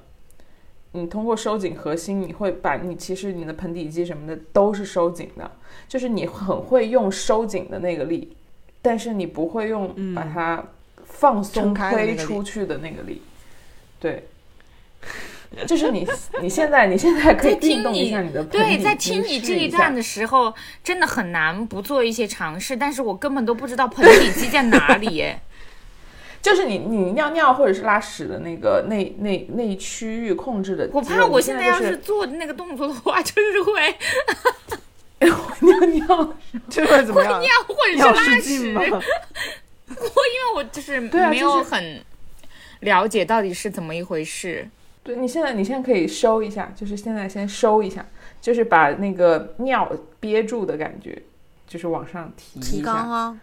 [SPEAKER 3] 你通过收紧核心，你会把你其实你的盆底肌什么的都是收紧的，就是你很会用收紧的那个力，但是你不
[SPEAKER 1] 嗯
[SPEAKER 3] 会用把它放松
[SPEAKER 5] 撑开的那个
[SPEAKER 3] 推
[SPEAKER 5] 力
[SPEAKER 3] 出去的那个力。
[SPEAKER 1] [LAUGHS]
[SPEAKER 3] 对，就是你你现在你现在可以
[SPEAKER 1] 在听
[SPEAKER 3] 运动一下
[SPEAKER 1] 你
[SPEAKER 3] 的盆底
[SPEAKER 1] 对，
[SPEAKER 3] 肌，
[SPEAKER 1] 在听你这
[SPEAKER 3] 试
[SPEAKER 1] 一
[SPEAKER 3] 下
[SPEAKER 1] 段的时候，真的很难不做一些尝试，但是我根本都不知道盆底肌在哪里耶。
[SPEAKER 3] 就是你你尿尿或者是拉屎的那个那那那一区域控制的肌肉，
[SPEAKER 1] 我怕我
[SPEAKER 3] 你
[SPEAKER 1] 现
[SPEAKER 3] 现
[SPEAKER 1] 在要
[SPEAKER 3] 就是
[SPEAKER 1] 做那个动作的话， [LAUGHS] 就是会
[SPEAKER 3] 哎尿尿，
[SPEAKER 5] 这会怎么样
[SPEAKER 1] 尿？或
[SPEAKER 5] [LAUGHS]
[SPEAKER 3] [LAUGHS]
[SPEAKER 1] 者是
[SPEAKER 5] 尿
[SPEAKER 1] 拉
[SPEAKER 5] 失
[SPEAKER 1] 屎 [LAUGHS]
[SPEAKER 5] 禁。吗？ [LAUGHS]
[SPEAKER 1] 我因为我就是
[SPEAKER 3] [LAUGHS] 啊
[SPEAKER 1] 没有
[SPEAKER 3] 就是
[SPEAKER 1] 很了解到底是怎么一回事。
[SPEAKER 3] 对你现在你现在可以收一下，就是现在先收一下，就是把那个尿憋住的感觉，就是往上提一下。
[SPEAKER 2] 提纲啊？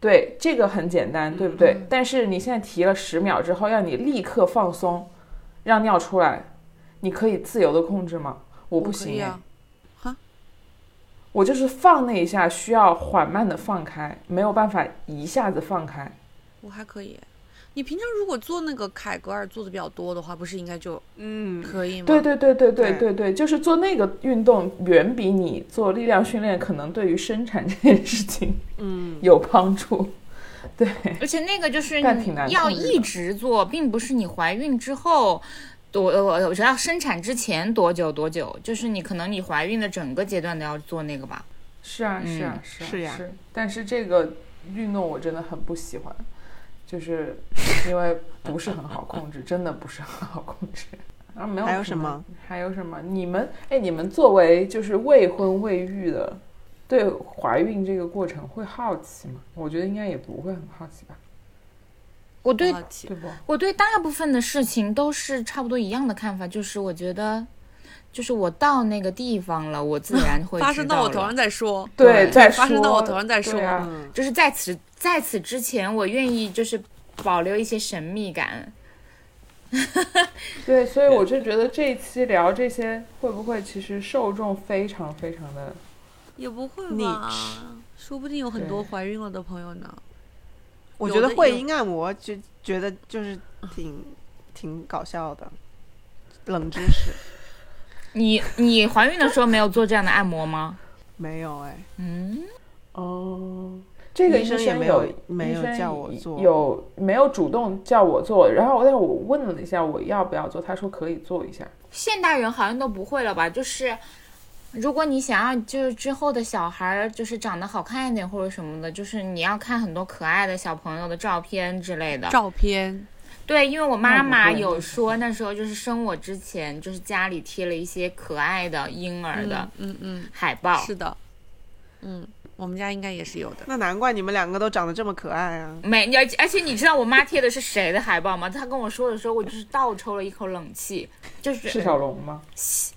[SPEAKER 3] 对，这个很简单，对不对？但是你现在提了十秒之后，要你立刻放松，让尿出来，你可以自由的控制吗？我
[SPEAKER 2] 我
[SPEAKER 3] 不
[SPEAKER 2] 可以
[SPEAKER 3] 行、哎
[SPEAKER 2] 啊，
[SPEAKER 3] 我就是放那一下需要缓慢的放开，没有办法一下子放开。
[SPEAKER 2] 我还可以。你平常如果做那个凯格尔做的比较多的话，不是应该就
[SPEAKER 5] 嗯，
[SPEAKER 2] 可以吗？
[SPEAKER 3] 对对对对对
[SPEAKER 5] 对
[SPEAKER 3] 对对，就是做那个运动，远比你做力量训练可能对于生产这件事情，嗯，有帮助。对，
[SPEAKER 1] 而且那个就是
[SPEAKER 3] 但
[SPEAKER 1] 你
[SPEAKER 3] 挺难
[SPEAKER 1] 要
[SPEAKER 3] 控制的
[SPEAKER 1] 一直做，并不是你怀孕之后多呃，我要生产之前多久多久，就是你可能你怀孕的整个阶段都要做那个吧。
[SPEAKER 3] 是啊是啊
[SPEAKER 1] 嗯
[SPEAKER 3] 是啊
[SPEAKER 5] 是呀
[SPEAKER 3] 但是这个运动我真的很不喜欢，就是因为不是很好控制，真的不是很好控制。啊，没有
[SPEAKER 5] 还有什么？
[SPEAKER 3] 还有什么？你们哎，你们作为就是未婚未育的，对怀孕这个过程会好奇吗？我觉得应该也不会很好奇吧，
[SPEAKER 1] 我对
[SPEAKER 2] 我好奇，
[SPEAKER 3] 对不？
[SPEAKER 1] 我对大部分的事情都是差不多一样的看法，就是我觉得，就是我到那个地方了，我
[SPEAKER 3] [LAUGHS]
[SPEAKER 1] 自然会
[SPEAKER 2] 发
[SPEAKER 1] 知
[SPEAKER 2] 生
[SPEAKER 1] 道
[SPEAKER 2] 到我头
[SPEAKER 1] 了
[SPEAKER 2] 上再说。
[SPEAKER 3] 对，再说
[SPEAKER 2] 发生到我头上再说
[SPEAKER 3] 对
[SPEAKER 5] 嗯
[SPEAKER 3] 啊
[SPEAKER 1] 就是在此在此之前，我愿意就是保留一些神秘感。
[SPEAKER 3] 对，所以我就觉得这一期聊这些，会不会其实受众非常非常的
[SPEAKER 2] 也不会
[SPEAKER 5] 你
[SPEAKER 2] 吧？说不定有很多
[SPEAKER 3] 对
[SPEAKER 2] 怀孕了的朋友呢。
[SPEAKER 5] 我
[SPEAKER 2] 有
[SPEAKER 5] 觉得
[SPEAKER 2] 的
[SPEAKER 5] 会
[SPEAKER 2] 有
[SPEAKER 5] 阴暗，我就觉得就是
[SPEAKER 3] 嗯
[SPEAKER 5] 挺挺搞笑的冷知识。
[SPEAKER 1] 你你怀孕的时候没有做这样的按摩吗？
[SPEAKER 5] 没有哎，
[SPEAKER 1] 嗯，
[SPEAKER 3] 哦？这个
[SPEAKER 5] 医生也没
[SPEAKER 3] 有
[SPEAKER 5] 有没
[SPEAKER 3] 医
[SPEAKER 5] 有
[SPEAKER 3] 生
[SPEAKER 5] 叫我
[SPEAKER 3] 有
[SPEAKER 5] 做
[SPEAKER 3] 有没有主动叫我做？然后，但是我问了一下我要不要做，他说可以做一下。
[SPEAKER 1] 现代人好像都不会了吧？就是如果你想要就是之后的小孩儿就是长得好看一点或者什么的，就是你要看很多可爱的小朋友的照片之类的。
[SPEAKER 2] 照片
[SPEAKER 1] 对，因为我妈
[SPEAKER 3] 那不
[SPEAKER 1] 妈
[SPEAKER 3] 会
[SPEAKER 1] 有说那时候就是生我之前，就是家里贴了一些可爱的婴儿的
[SPEAKER 2] 嗯嗯，
[SPEAKER 1] 海报。
[SPEAKER 2] 是的，嗯，我们家应该也是有
[SPEAKER 5] [LAUGHS]
[SPEAKER 2] 的。
[SPEAKER 5] 那难怪你们两个都长得这么可爱啊！
[SPEAKER 1] 没，而且而且你知道我妈贴的是谁的海报吗？她跟我说的时候，我就是倒抽了一口冷气，就是
[SPEAKER 3] 释小龙吗？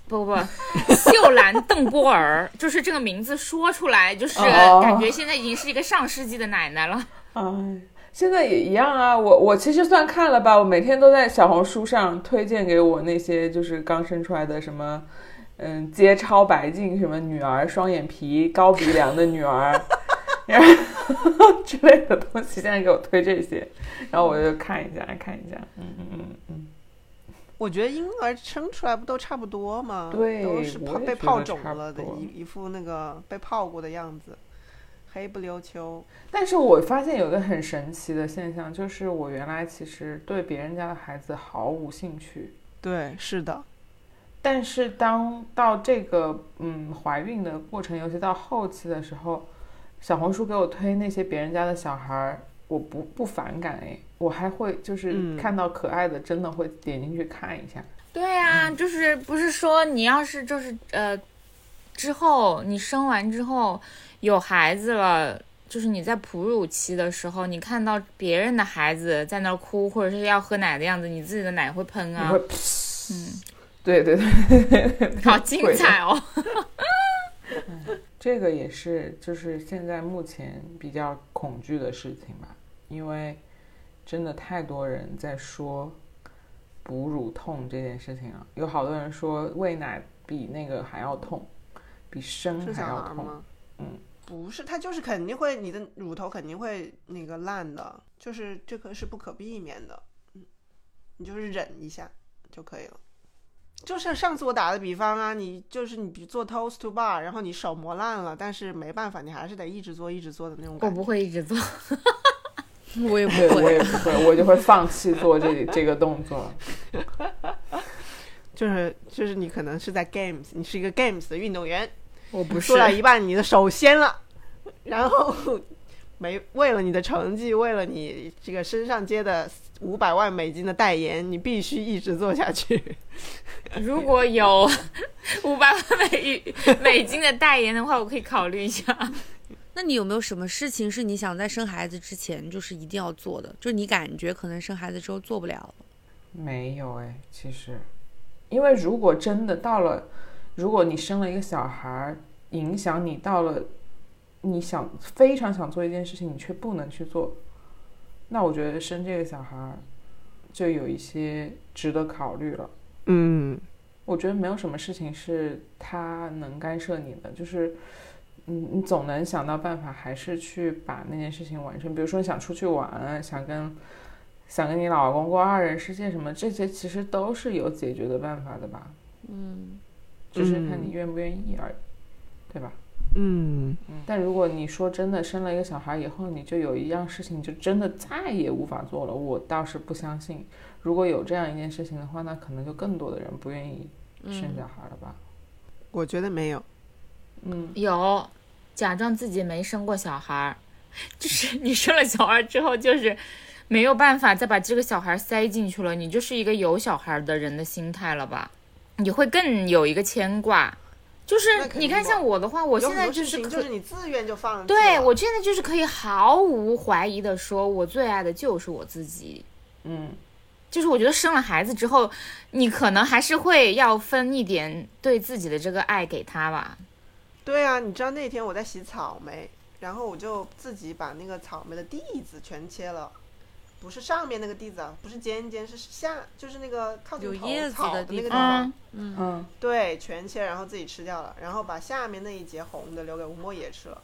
[SPEAKER 1] 不不不，秀兰邓波尔，就是这个名字说出来，就是
[SPEAKER 3] 哦
[SPEAKER 1] 感觉现在已经是一个上世纪的奶奶了。
[SPEAKER 3] 哎，现在也一样啊。我我其实算看了吧，我每天都在小红书上推荐给我那些就是刚生出来的什么，嗯，街超白净什么女儿双眼皮高鼻梁的女儿，然后之类的东西，现在给我推这些，然后我就看一下看一下，嗯嗯嗯嗯，
[SPEAKER 5] 我觉得婴儿生出来不都差不多吗？
[SPEAKER 3] 对
[SPEAKER 5] 都是
[SPEAKER 3] 我
[SPEAKER 5] 泡
[SPEAKER 3] 也
[SPEAKER 5] 被
[SPEAKER 3] 觉
[SPEAKER 5] 泡
[SPEAKER 3] 得
[SPEAKER 5] 肿
[SPEAKER 3] 差
[SPEAKER 5] 了
[SPEAKER 3] 不
[SPEAKER 5] 的
[SPEAKER 3] 多
[SPEAKER 5] 一一副那个被泡过的样子，黑不溜秋。
[SPEAKER 3] 但是我发现有一个很神奇的现象，就是我原来其实对别人家的孩子毫无兴趣，
[SPEAKER 5] 对，是的，
[SPEAKER 3] 但是当到这个嗯怀孕的过程，尤其到后期的时候，小红书给我推那些别人家的小孩儿，我不不反感哎，我还会就是
[SPEAKER 5] 嗯
[SPEAKER 3] 看到可爱的，真的会点进去看一下。
[SPEAKER 1] 对呀、
[SPEAKER 3] 嗯
[SPEAKER 1] 就是不是说你要是就是呃，之后你生完之后有孩子了，就是你在哺乳期的时候，你看到别人的孩子在那儿哭或者是要喝奶的样子，你自己的奶会喷
[SPEAKER 3] 你
[SPEAKER 1] 啊
[SPEAKER 3] 会，，
[SPEAKER 1] 嗯，
[SPEAKER 3] 对对对，
[SPEAKER 1] 好精
[SPEAKER 3] 会的
[SPEAKER 1] 彩哦。
[SPEAKER 3] 这个也是就是现在目前比较恐惧的事情吧，因为真的太多人在说哺乳痛这件事情了，有好多人说喂奶比那个还要痛，比生
[SPEAKER 5] 是
[SPEAKER 3] 还
[SPEAKER 5] 小
[SPEAKER 3] 要
[SPEAKER 5] 孩
[SPEAKER 3] 痛。
[SPEAKER 5] 吗？
[SPEAKER 3] 嗯，
[SPEAKER 5] 不是，它就是肯定会，你的乳头肯定会那个烂的，就是这个是不可避免的。嗯，你就是忍一下就可以了。就是上次我打的比方啊，你就是你比做 toast to bar，然后你手磨烂了，但是没办法，你还是得一直做一直做的那种
[SPEAKER 1] 我
[SPEAKER 5] 感觉。
[SPEAKER 1] 不会一直做，
[SPEAKER 2] 我也不
[SPEAKER 3] 对，我
[SPEAKER 2] 会。
[SPEAKER 5] [LAUGHS]
[SPEAKER 3] 也不会，我就会放弃做这这个动作。
[SPEAKER 5] 就是就是你可能是在 games，你是一个 games 的运动员，
[SPEAKER 1] [LAUGHS] 我不是
[SPEAKER 5] 做到一半你的手先了，然后 [LAUGHS] 没为了你的成绩，为了你这个身上接的五百万美金的代言，你必须一直做下去。
[SPEAKER 1] 如果有五百万美 [LAUGHS] 美金的代言的话，我可以考虑一下。
[SPEAKER 2] [LAUGHS] 那你有没有什么事情是你想在生孩子之前就是一定要做的？就是你感觉可能生孩子之后做不了了。
[SPEAKER 3] 没有哎，其实，因为如果真的到了，如果你生了一个小孩儿，影响你到了，你想非常想做一件事情，你却不能去做，那我觉得生这个小孩儿就有一些值得考虑了。
[SPEAKER 5] 嗯，
[SPEAKER 3] 我觉得没有什么事情是他能干涉你的，就是，嗯，你总能想到办法，还是去把那件事情完成。比如说你想出去玩，想跟想跟你老公过二人世界什么，这些其实都是有解决的办法的吧。
[SPEAKER 2] 嗯，
[SPEAKER 3] 只是看
[SPEAKER 5] 嗯
[SPEAKER 3] 你愿不愿意而已，对吧？
[SPEAKER 5] 嗯，
[SPEAKER 3] 嗯。但如果你说真的生了一个小孩以后，你就有一样事情就真的再也无法做了，我倒是不相信。如果有这样一件事情的话，那可能就更多的人不愿意生小孩了吧。
[SPEAKER 5] 我觉得没有。
[SPEAKER 3] 嗯，
[SPEAKER 1] 有，假装自己没生过小孩儿，就是你生了小孩之后，就是没有办法再把这个小孩塞进去了，你就是一个有小孩的人的心态了吧？你会更有一个牵挂，就是
[SPEAKER 5] 那肯定
[SPEAKER 1] 你看
[SPEAKER 5] 不
[SPEAKER 1] 像我的话，我
[SPEAKER 5] 有
[SPEAKER 1] 现
[SPEAKER 5] 很
[SPEAKER 1] 在
[SPEAKER 5] 多
[SPEAKER 1] 就
[SPEAKER 5] 事
[SPEAKER 1] 是
[SPEAKER 5] 情
[SPEAKER 1] 可
[SPEAKER 5] 就是你自愿就放弃了。
[SPEAKER 1] 对我现在就是可以毫无怀疑的说，我最爱的就是我自己，
[SPEAKER 3] 嗯，
[SPEAKER 1] 就是我觉得生了孩子之后，你可能还是会要分一点对自己的这个爱给他吧。
[SPEAKER 5] 对啊，你知道那天我在洗草莓，然后我就自己把那个草莓的蒂子全切了。不是上面那个蒂子啊，不是尖尖，是下，就是那个靠近
[SPEAKER 2] 有
[SPEAKER 5] 头
[SPEAKER 2] 叶子
[SPEAKER 5] 草
[SPEAKER 2] 的
[SPEAKER 5] 那
[SPEAKER 2] 地
[SPEAKER 5] 个地
[SPEAKER 2] 方
[SPEAKER 5] 方，
[SPEAKER 1] 嗯，
[SPEAKER 3] 嗯，
[SPEAKER 5] 对，全切，然后自己吃掉了，然后把下面那一节红的留给吴莫也吃了。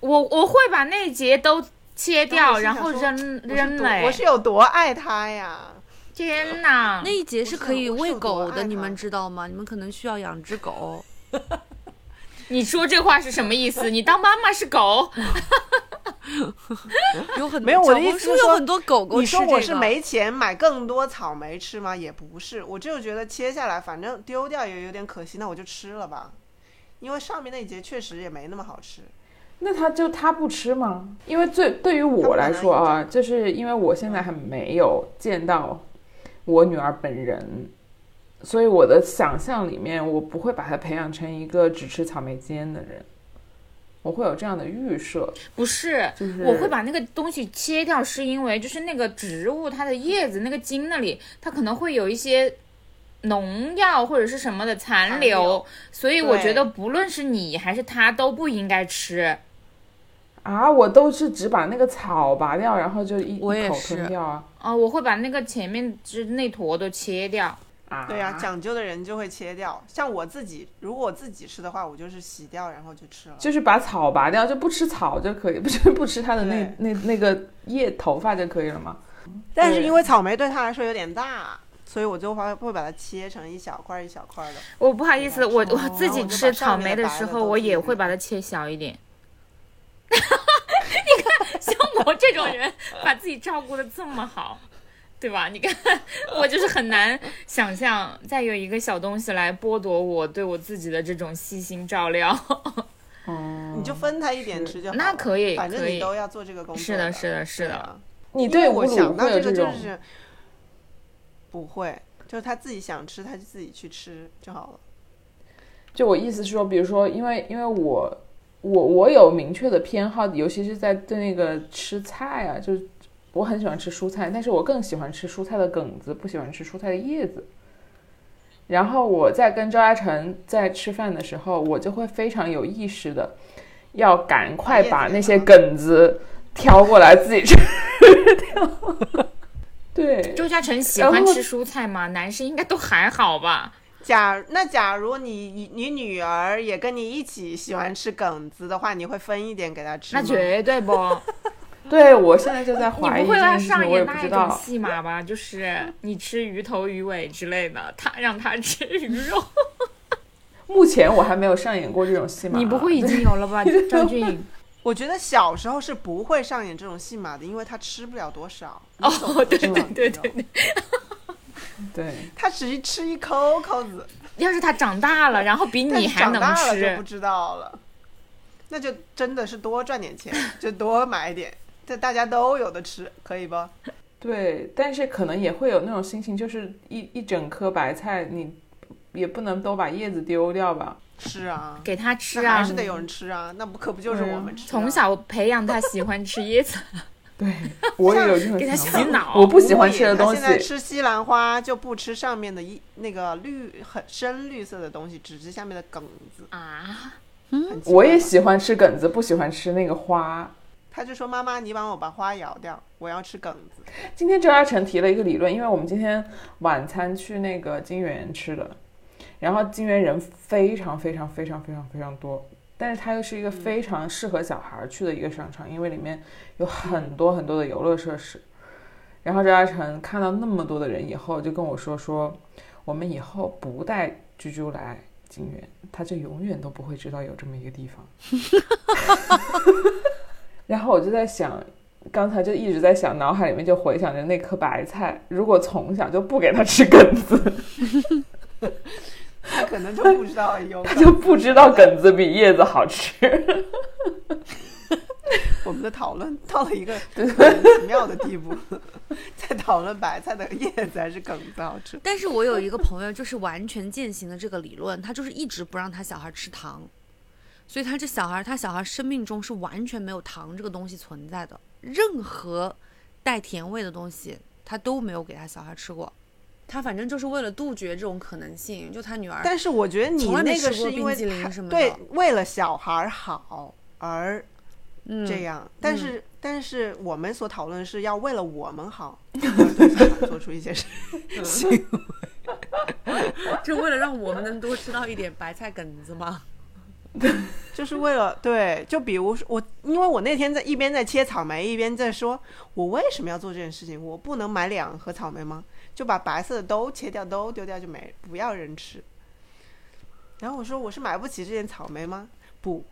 [SPEAKER 1] 我我会把那节都切
[SPEAKER 5] 然后
[SPEAKER 1] 掉，
[SPEAKER 5] 我心
[SPEAKER 1] 然
[SPEAKER 5] 想
[SPEAKER 1] 后
[SPEAKER 5] 说
[SPEAKER 1] 扔
[SPEAKER 5] 我是
[SPEAKER 1] 扔
[SPEAKER 5] 多
[SPEAKER 1] 了。
[SPEAKER 5] 我是有多爱他呀？
[SPEAKER 1] 天哪
[SPEAKER 2] 那！一节是可以
[SPEAKER 5] 我是
[SPEAKER 2] 喂
[SPEAKER 5] 有多
[SPEAKER 2] 狗
[SPEAKER 5] 爱
[SPEAKER 2] 的，你
[SPEAKER 5] 它
[SPEAKER 2] 们知道吗？你们可能需要养只
[SPEAKER 5] [LAUGHS]
[SPEAKER 2] 狗。
[SPEAKER 1] 你说这话是什么意思？你当妈妈是狗？
[SPEAKER 2] 有很
[SPEAKER 5] 没有我的
[SPEAKER 2] 小
[SPEAKER 5] 意
[SPEAKER 2] 红
[SPEAKER 5] 思
[SPEAKER 2] 书有
[SPEAKER 5] 是说
[SPEAKER 2] 很多狗狗
[SPEAKER 5] 你
[SPEAKER 2] 吃
[SPEAKER 5] 说
[SPEAKER 2] 这个。
[SPEAKER 5] 我是没钱买更多草莓吃吗？也不是，我就觉得切下来反正丢掉也有点可惜，那我就吃了吧。因为上面那一节确实也没那么好吃。
[SPEAKER 3] 那他就他不吃吗？因为最对于我来说啊，就是因为我现在还没有见到我女儿本人，所以我的想象里面，我不会把她培养成一个只吃草莓煎的人，我会有这样的预设，
[SPEAKER 1] 不是，
[SPEAKER 3] 就是
[SPEAKER 1] 我会把那个东西切掉，是因为就是那个植物它的叶子那个茎那里，它可能会有一些农药或者是什么的残
[SPEAKER 5] 残
[SPEAKER 1] 留，
[SPEAKER 5] 留
[SPEAKER 1] 所以我
[SPEAKER 5] 对
[SPEAKER 1] 觉得不论是你还是他都不应该吃。
[SPEAKER 3] 啊，我都是只把那个草拔掉，然后就一
[SPEAKER 2] 我也
[SPEAKER 3] 一口
[SPEAKER 2] 是
[SPEAKER 3] 吞掉啊
[SPEAKER 1] 啊、我会把那个前面就是那坨都切掉。
[SPEAKER 3] 啊！
[SPEAKER 5] 对呀、讲究的人就会切掉。像我自己，如果我自己吃的话，我就是洗掉然后就吃了。
[SPEAKER 3] 就是把草拔掉，就不吃草就可以，不是不吃它的那那那个叶头发就可以了吗？
[SPEAKER 5] 但是
[SPEAKER 3] 对
[SPEAKER 5] 因为草莓对他来说有点大，所以我就会会把它切成一小块一小块的。
[SPEAKER 1] 我不好意思，
[SPEAKER 5] 对吧
[SPEAKER 1] 我我
[SPEAKER 3] 哦
[SPEAKER 1] 自己
[SPEAKER 5] 我就
[SPEAKER 1] 吃
[SPEAKER 5] 把
[SPEAKER 1] 草
[SPEAKER 5] 上面
[SPEAKER 1] 莓
[SPEAKER 5] 的
[SPEAKER 1] 的
[SPEAKER 5] 白
[SPEAKER 1] 时
[SPEAKER 5] 的
[SPEAKER 1] 候，
[SPEAKER 5] 都
[SPEAKER 1] 我
[SPEAKER 5] 自己
[SPEAKER 1] 也
[SPEAKER 5] 弄
[SPEAKER 1] 会把它切小一点。 [LAUGHS] 你看，像我这种人，把自己照顾的这么好，对吧？你看， [LAUGHS] 我就是很难想象再有一个小东西来剥夺我对我自己的这种细心照料。
[SPEAKER 5] 哦
[SPEAKER 3] 嗯
[SPEAKER 5] 你就分他一点吃就好
[SPEAKER 1] [LAUGHS]
[SPEAKER 5] 了。
[SPEAKER 1] 那可以
[SPEAKER 5] 反正
[SPEAKER 1] 可
[SPEAKER 5] 你
[SPEAKER 1] 以
[SPEAKER 5] 都要做这个工作。
[SPEAKER 1] 是的，是的，是
[SPEAKER 5] 对
[SPEAKER 1] 的。
[SPEAKER 5] 啊。
[SPEAKER 3] 你
[SPEAKER 5] 因为
[SPEAKER 3] 对
[SPEAKER 5] 我
[SPEAKER 3] 哺乳
[SPEAKER 5] 想到
[SPEAKER 3] 会有
[SPEAKER 5] 这个就
[SPEAKER 3] 种
[SPEAKER 5] 是不会，就是他自己想吃他就自己去吃就好了。
[SPEAKER 3] 就我意思是说，比如说，因为因为我我我有明确的偏好，尤其是在对那个吃菜啊，就是我很喜欢吃蔬菜，但是我更喜欢吃蔬菜的梗子，不喜欢吃蔬菜的叶子。然后我在跟周嘉诚在吃饭的时候，我就会非常有意识的要赶快把那些梗子挑过来自己吃掉。 [LAUGHS] 对，
[SPEAKER 1] 周嘉诚喜
[SPEAKER 3] 然
[SPEAKER 1] 欢
[SPEAKER 3] 后
[SPEAKER 1] 吃蔬菜吗？男生应该都还好吧？
[SPEAKER 5] 假那假如你你你女儿也跟你一起喜欢吃梗子的话，你会分一点给她吃吗？
[SPEAKER 1] 那绝对不，
[SPEAKER 3] 对我现在就在
[SPEAKER 1] 你
[SPEAKER 3] 怀疑
[SPEAKER 1] 不
[SPEAKER 3] 这
[SPEAKER 1] 会
[SPEAKER 3] 件
[SPEAKER 1] 让
[SPEAKER 3] 事
[SPEAKER 1] 上
[SPEAKER 3] 情，我也
[SPEAKER 1] 演
[SPEAKER 3] 不
[SPEAKER 1] 那
[SPEAKER 3] 知
[SPEAKER 1] 一种
[SPEAKER 3] 道。
[SPEAKER 1] 戏码吧？
[SPEAKER 3] [LAUGHS]
[SPEAKER 1] 就是你吃鱼头鱼尾之类的，他让他吃鱼
[SPEAKER 3] [LAUGHS]
[SPEAKER 1] 肉，
[SPEAKER 3] 目前我还没有上演过这种戏码。
[SPEAKER 1] 你不会已经有了
[SPEAKER 5] [LAUGHS]
[SPEAKER 1] 吧？张俊，
[SPEAKER 5] 我觉得小时候是不会上演这种戏码的，因为他吃不了多少。
[SPEAKER 1] 哦
[SPEAKER 5] 你总不知道
[SPEAKER 1] 对对对对
[SPEAKER 5] 你知道
[SPEAKER 3] 对，
[SPEAKER 5] 他只是吃一口口子，
[SPEAKER 1] 要是他长大了，然后比
[SPEAKER 5] 但
[SPEAKER 1] 你
[SPEAKER 5] 是
[SPEAKER 1] 还
[SPEAKER 5] 长
[SPEAKER 1] 能
[SPEAKER 5] 大了就不
[SPEAKER 1] 吃，
[SPEAKER 5] 知道了。那就真的是多赚点钱，就多买一点，这大家都有的吃，可以不？
[SPEAKER 3] 对，但是可能也会有那种心情，就是一一整颗白菜，你也不能都把叶子丢掉吧？
[SPEAKER 5] 是啊，
[SPEAKER 1] 给他吃
[SPEAKER 5] 那还
[SPEAKER 1] 啊
[SPEAKER 5] 是！得有人
[SPEAKER 3] 嗯
[SPEAKER 5] 吃啊，那不可不就是
[SPEAKER 3] 对啊
[SPEAKER 5] 我们吃、啊？
[SPEAKER 1] 从小培养他喜欢吃椰
[SPEAKER 5] [LAUGHS]
[SPEAKER 1] 子，
[SPEAKER 3] 对，我也有这种
[SPEAKER 1] 给他洗
[SPEAKER 3] 想法。
[SPEAKER 1] 脑。
[SPEAKER 3] 我不喜欢吃的
[SPEAKER 5] 不
[SPEAKER 3] 东
[SPEAKER 5] 会
[SPEAKER 3] 西
[SPEAKER 5] 他现，在吃西兰花就不吃上面的一那个绿很深绿色的东西，只吃下面的梗子。
[SPEAKER 1] 啊，
[SPEAKER 5] 很奇怪
[SPEAKER 3] 我也
[SPEAKER 5] 吧
[SPEAKER 3] 喜欢吃梗子，不喜欢吃那个花。
[SPEAKER 5] 他就说：“妈妈，你帮我把花摇掉，我要吃梗子。
[SPEAKER 3] 今天周嘉诚提了一个理论，因为我们今天晚餐去那个金源吃的，然后金源人非常非常非常非常非常多，但是它又是一个非常适合小孩去的一个商场，因为里面有很多很多的游乐设施。然后周嘉诚看到那么多的人以后，就跟我说说，我们以后不带啾啾来金源，他就永远都不会知道有这么一个地方。 [LAUGHS] 然后我就在想，刚才就一直在想，脑海里面就回想着那颗白菜，如果从小就不给它吃梗子， [LAUGHS]
[SPEAKER 5] 他可能就不知道
[SPEAKER 3] [LAUGHS]
[SPEAKER 5] 有
[SPEAKER 3] 它
[SPEAKER 5] 梗
[SPEAKER 3] 就不知道梗子比叶子好吃。
[SPEAKER 5] 我们的讨论到了一 [LAUGHS] 个莫名其妙的地步， [LAUGHS] 在讨论白菜的叶子还是梗子好吃。
[SPEAKER 2] 但是我有一个朋友，就是完全践行了这个理论，他就是一直不让他小孩吃糖，所以他这小孩，他小孩生命中是完全没有糖这个东西存在的，任何带甜味的东西他都没有给他小孩吃过，他反正就是为了杜绝这种可能性，就他女儿。
[SPEAKER 5] 但是我觉得你
[SPEAKER 2] 从来没
[SPEAKER 5] 那个
[SPEAKER 2] 吃过
[SPEAKER 5] 是因为
[SPEAKER 2] 冰激凌
[SPEAKER 5] 他
[SPEAKER 2] 什么的
[SPEAKER 5] 对为了小孩好而
[SPEAKER 2] 嗯，
[SPEAKER 5] 这样，但是但是我们所讨论是要为了我
[SPEAKER 2] [LAUGHS]
[SPEAKER 5] 们好，而对小孩做出一些事。
[SPEAKER 2] 就为了让我们能多吃到一点白菜梗子吗？
[SPEAKER 5] 就是为了对，就比如说我，因为我那天在一边在切草莓，一边在说，我为什么要做这件事情？我不能买两盒草莓吗？就把白色的都切掉，都丢掉就没，不要人吃。然后我说我是买不起这件草莓吗？不，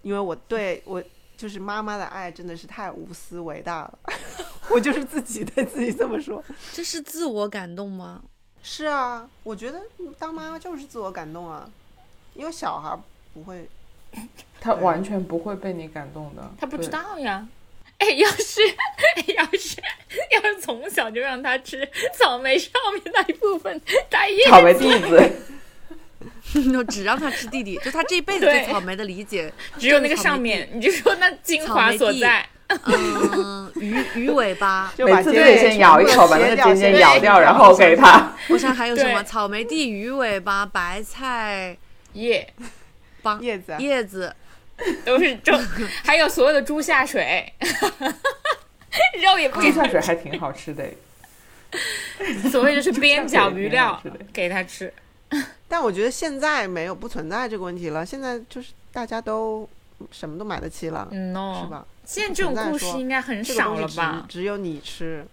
[SPEAKER 5] 因为我对我就是妈妈的爱真的是太无私伟大了， [LAUGHS] 我就是自己对自己这么说。
[SPEAKER 2] 这是自我感动吗？ [LAUGHS]
[SPEAKER 5] 是啊，我觉得当妈妈就是自我感动啊，因为小孩不会
[SPEAKER 3] 它完全不会被你感动的，
[SPEAKER 1] 他不
[SPEAKER 3] 对
[SPEAKER 1] 知。道呀。哎，要是哎要是要是从小就让他吃草莓上面那一部分，他一
[SPEAKER 3] 草莓蒂子，
[SPEAKER 2] 就只让他吃弟弟，就他这辈子对
[SPEAKER 1] 对
[SPEAKER 2] 草莓的理解，
[SPEAKER 1] 只有那个上面，你就说那精华所在。
[SPEAKER 2] 嗯，鱼鱼尾巴，
[SPEAKER 5] 就把
[SPEAKER 3] 每次
[SPEAKER 5] 尖
[SPEAKER 3] 得
[SPEAKER 5] 尖
[SPEAKER 3] 先咬一口，把那个尖尖咬掉，然后给它。
[SPEAKER 2] 我想还有什么
[SPEAKER 1] 对
[SPEAKER 2] 草莓地、鱼尾巴、白菜、
[SPEAKER 1] 耶
[SPEAKER 2] 帮
[SPEAKER 5] 叶子啊
[SPEAKER 2] 叶子，
[SPEAKER 1] 都是粥，还有所有的猪下水， [LAUGHS] 肉也不
[SPEAKER 3] 猪
[SPEAKER 1] 给
[SPEAKER 3] 下水还挺好
[SPEAKER 1] [LAUGHS]
[SPEAKER 3] 吃的，
[SPEAKER 1] 所谓就是边角余料
[SPEAKER 3] 猪下水也挺好吃的
[SPEAKER 1] 给他吃。
[SPEAKER 5] 但我觉得现在没有不存在这个问题了，现在就是大家都什么都买得起了，
[SPEAKER 1] 嗯
[SPEAKER 5] 是
[SPEAKER 1] 哦，
[SPEAKER 5] 吧？
[SPEAKER 1] 现在这种故事应该很
[SPEAKER 5] 这个
[SPEAKER 1] 少
[SPEAKER 5] 东
[SPEAKER 1] 了
[SPEAKER 5] 西
[SPEAKER 1] 吧？
[SPEAKER 5] 只只有你吃，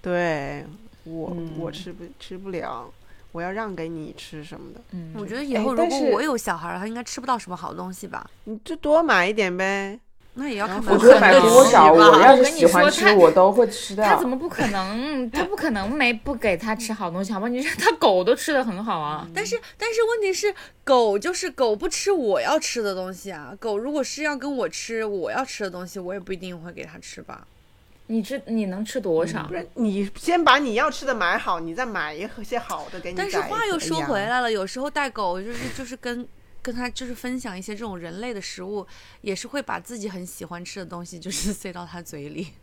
[SPEAKER 5] 对我、
[SPEAKER 3] 嗯
[SPEAKER 5] 我吃不吃不了，我要让给你吃什么的，
[SPEAKER 1] 嗯，
[SPEAKER 2] 我觉得以后
[SPEAKER 3] 哎
[SPEAKER 2] 如
[SPEAKER 3] 但
[SPEAKER 2] 果
[SPEAKER 3] 是
[SPEAKER 2] 我有小孩儿，他应该吃不到什么好东西吧？
[SPEAKER 5] 你就多买一点呗。
[SPEAKER 2] 那也要
[SPEAKER 5] 然
[SPEAKER 2] 看门
[SPEAKER 3] 我
[SPEAKER 5] 后不
[SPEAKER 3] 觉
[SPEAKER 5] 可
[SPEAKER 3] 得
[SPEAKER 2] 槛
[SPEAKER 3] 买
[SPEAKER 2] 吧
[SPEAKER 5] 能
[SPEAKER 3] 多少，
[SPEAKER 1] 吃吧
[SPEAKER 3] 我要是
[SPEAKER 1] 我跟你
[SPEAKER 3] 喜欢
[SPEAKER 1] 说
[SPEAKER 3] 吃，
[SPEAKER 1] 他
[SPEAKER 3] 我都会吃
[SPEAKER 1] 他
[SPEAKER 3] 掉
[SPEAKER 1] 怎。么不可能？他不可能没不给他吃好东西，好吧？你让他狗都吃的很好啊。
[SPEAKER 2] 但是但是问题是，狗就是狗不吃我要吃的东西啊。狗如果是要跟我吃我要吃的东西，我也不一定会给它吃吧。
[SPEAKER 1] 你吃你能吃多少
[SPEAKER 5] 不？然你先把你要吃的买好，你再买一些好的给你宰。
[SPEAKER 2] 但是话又说
[SPEAKER 5] 怎么样
[SPEAKER 2] 回，来了，有时候带狗就是就是跟跟它就是分享一些这种人类的食物，也是会把自己很喜欢吃的东西就是 [LAUGHS] 塞到它嘴里，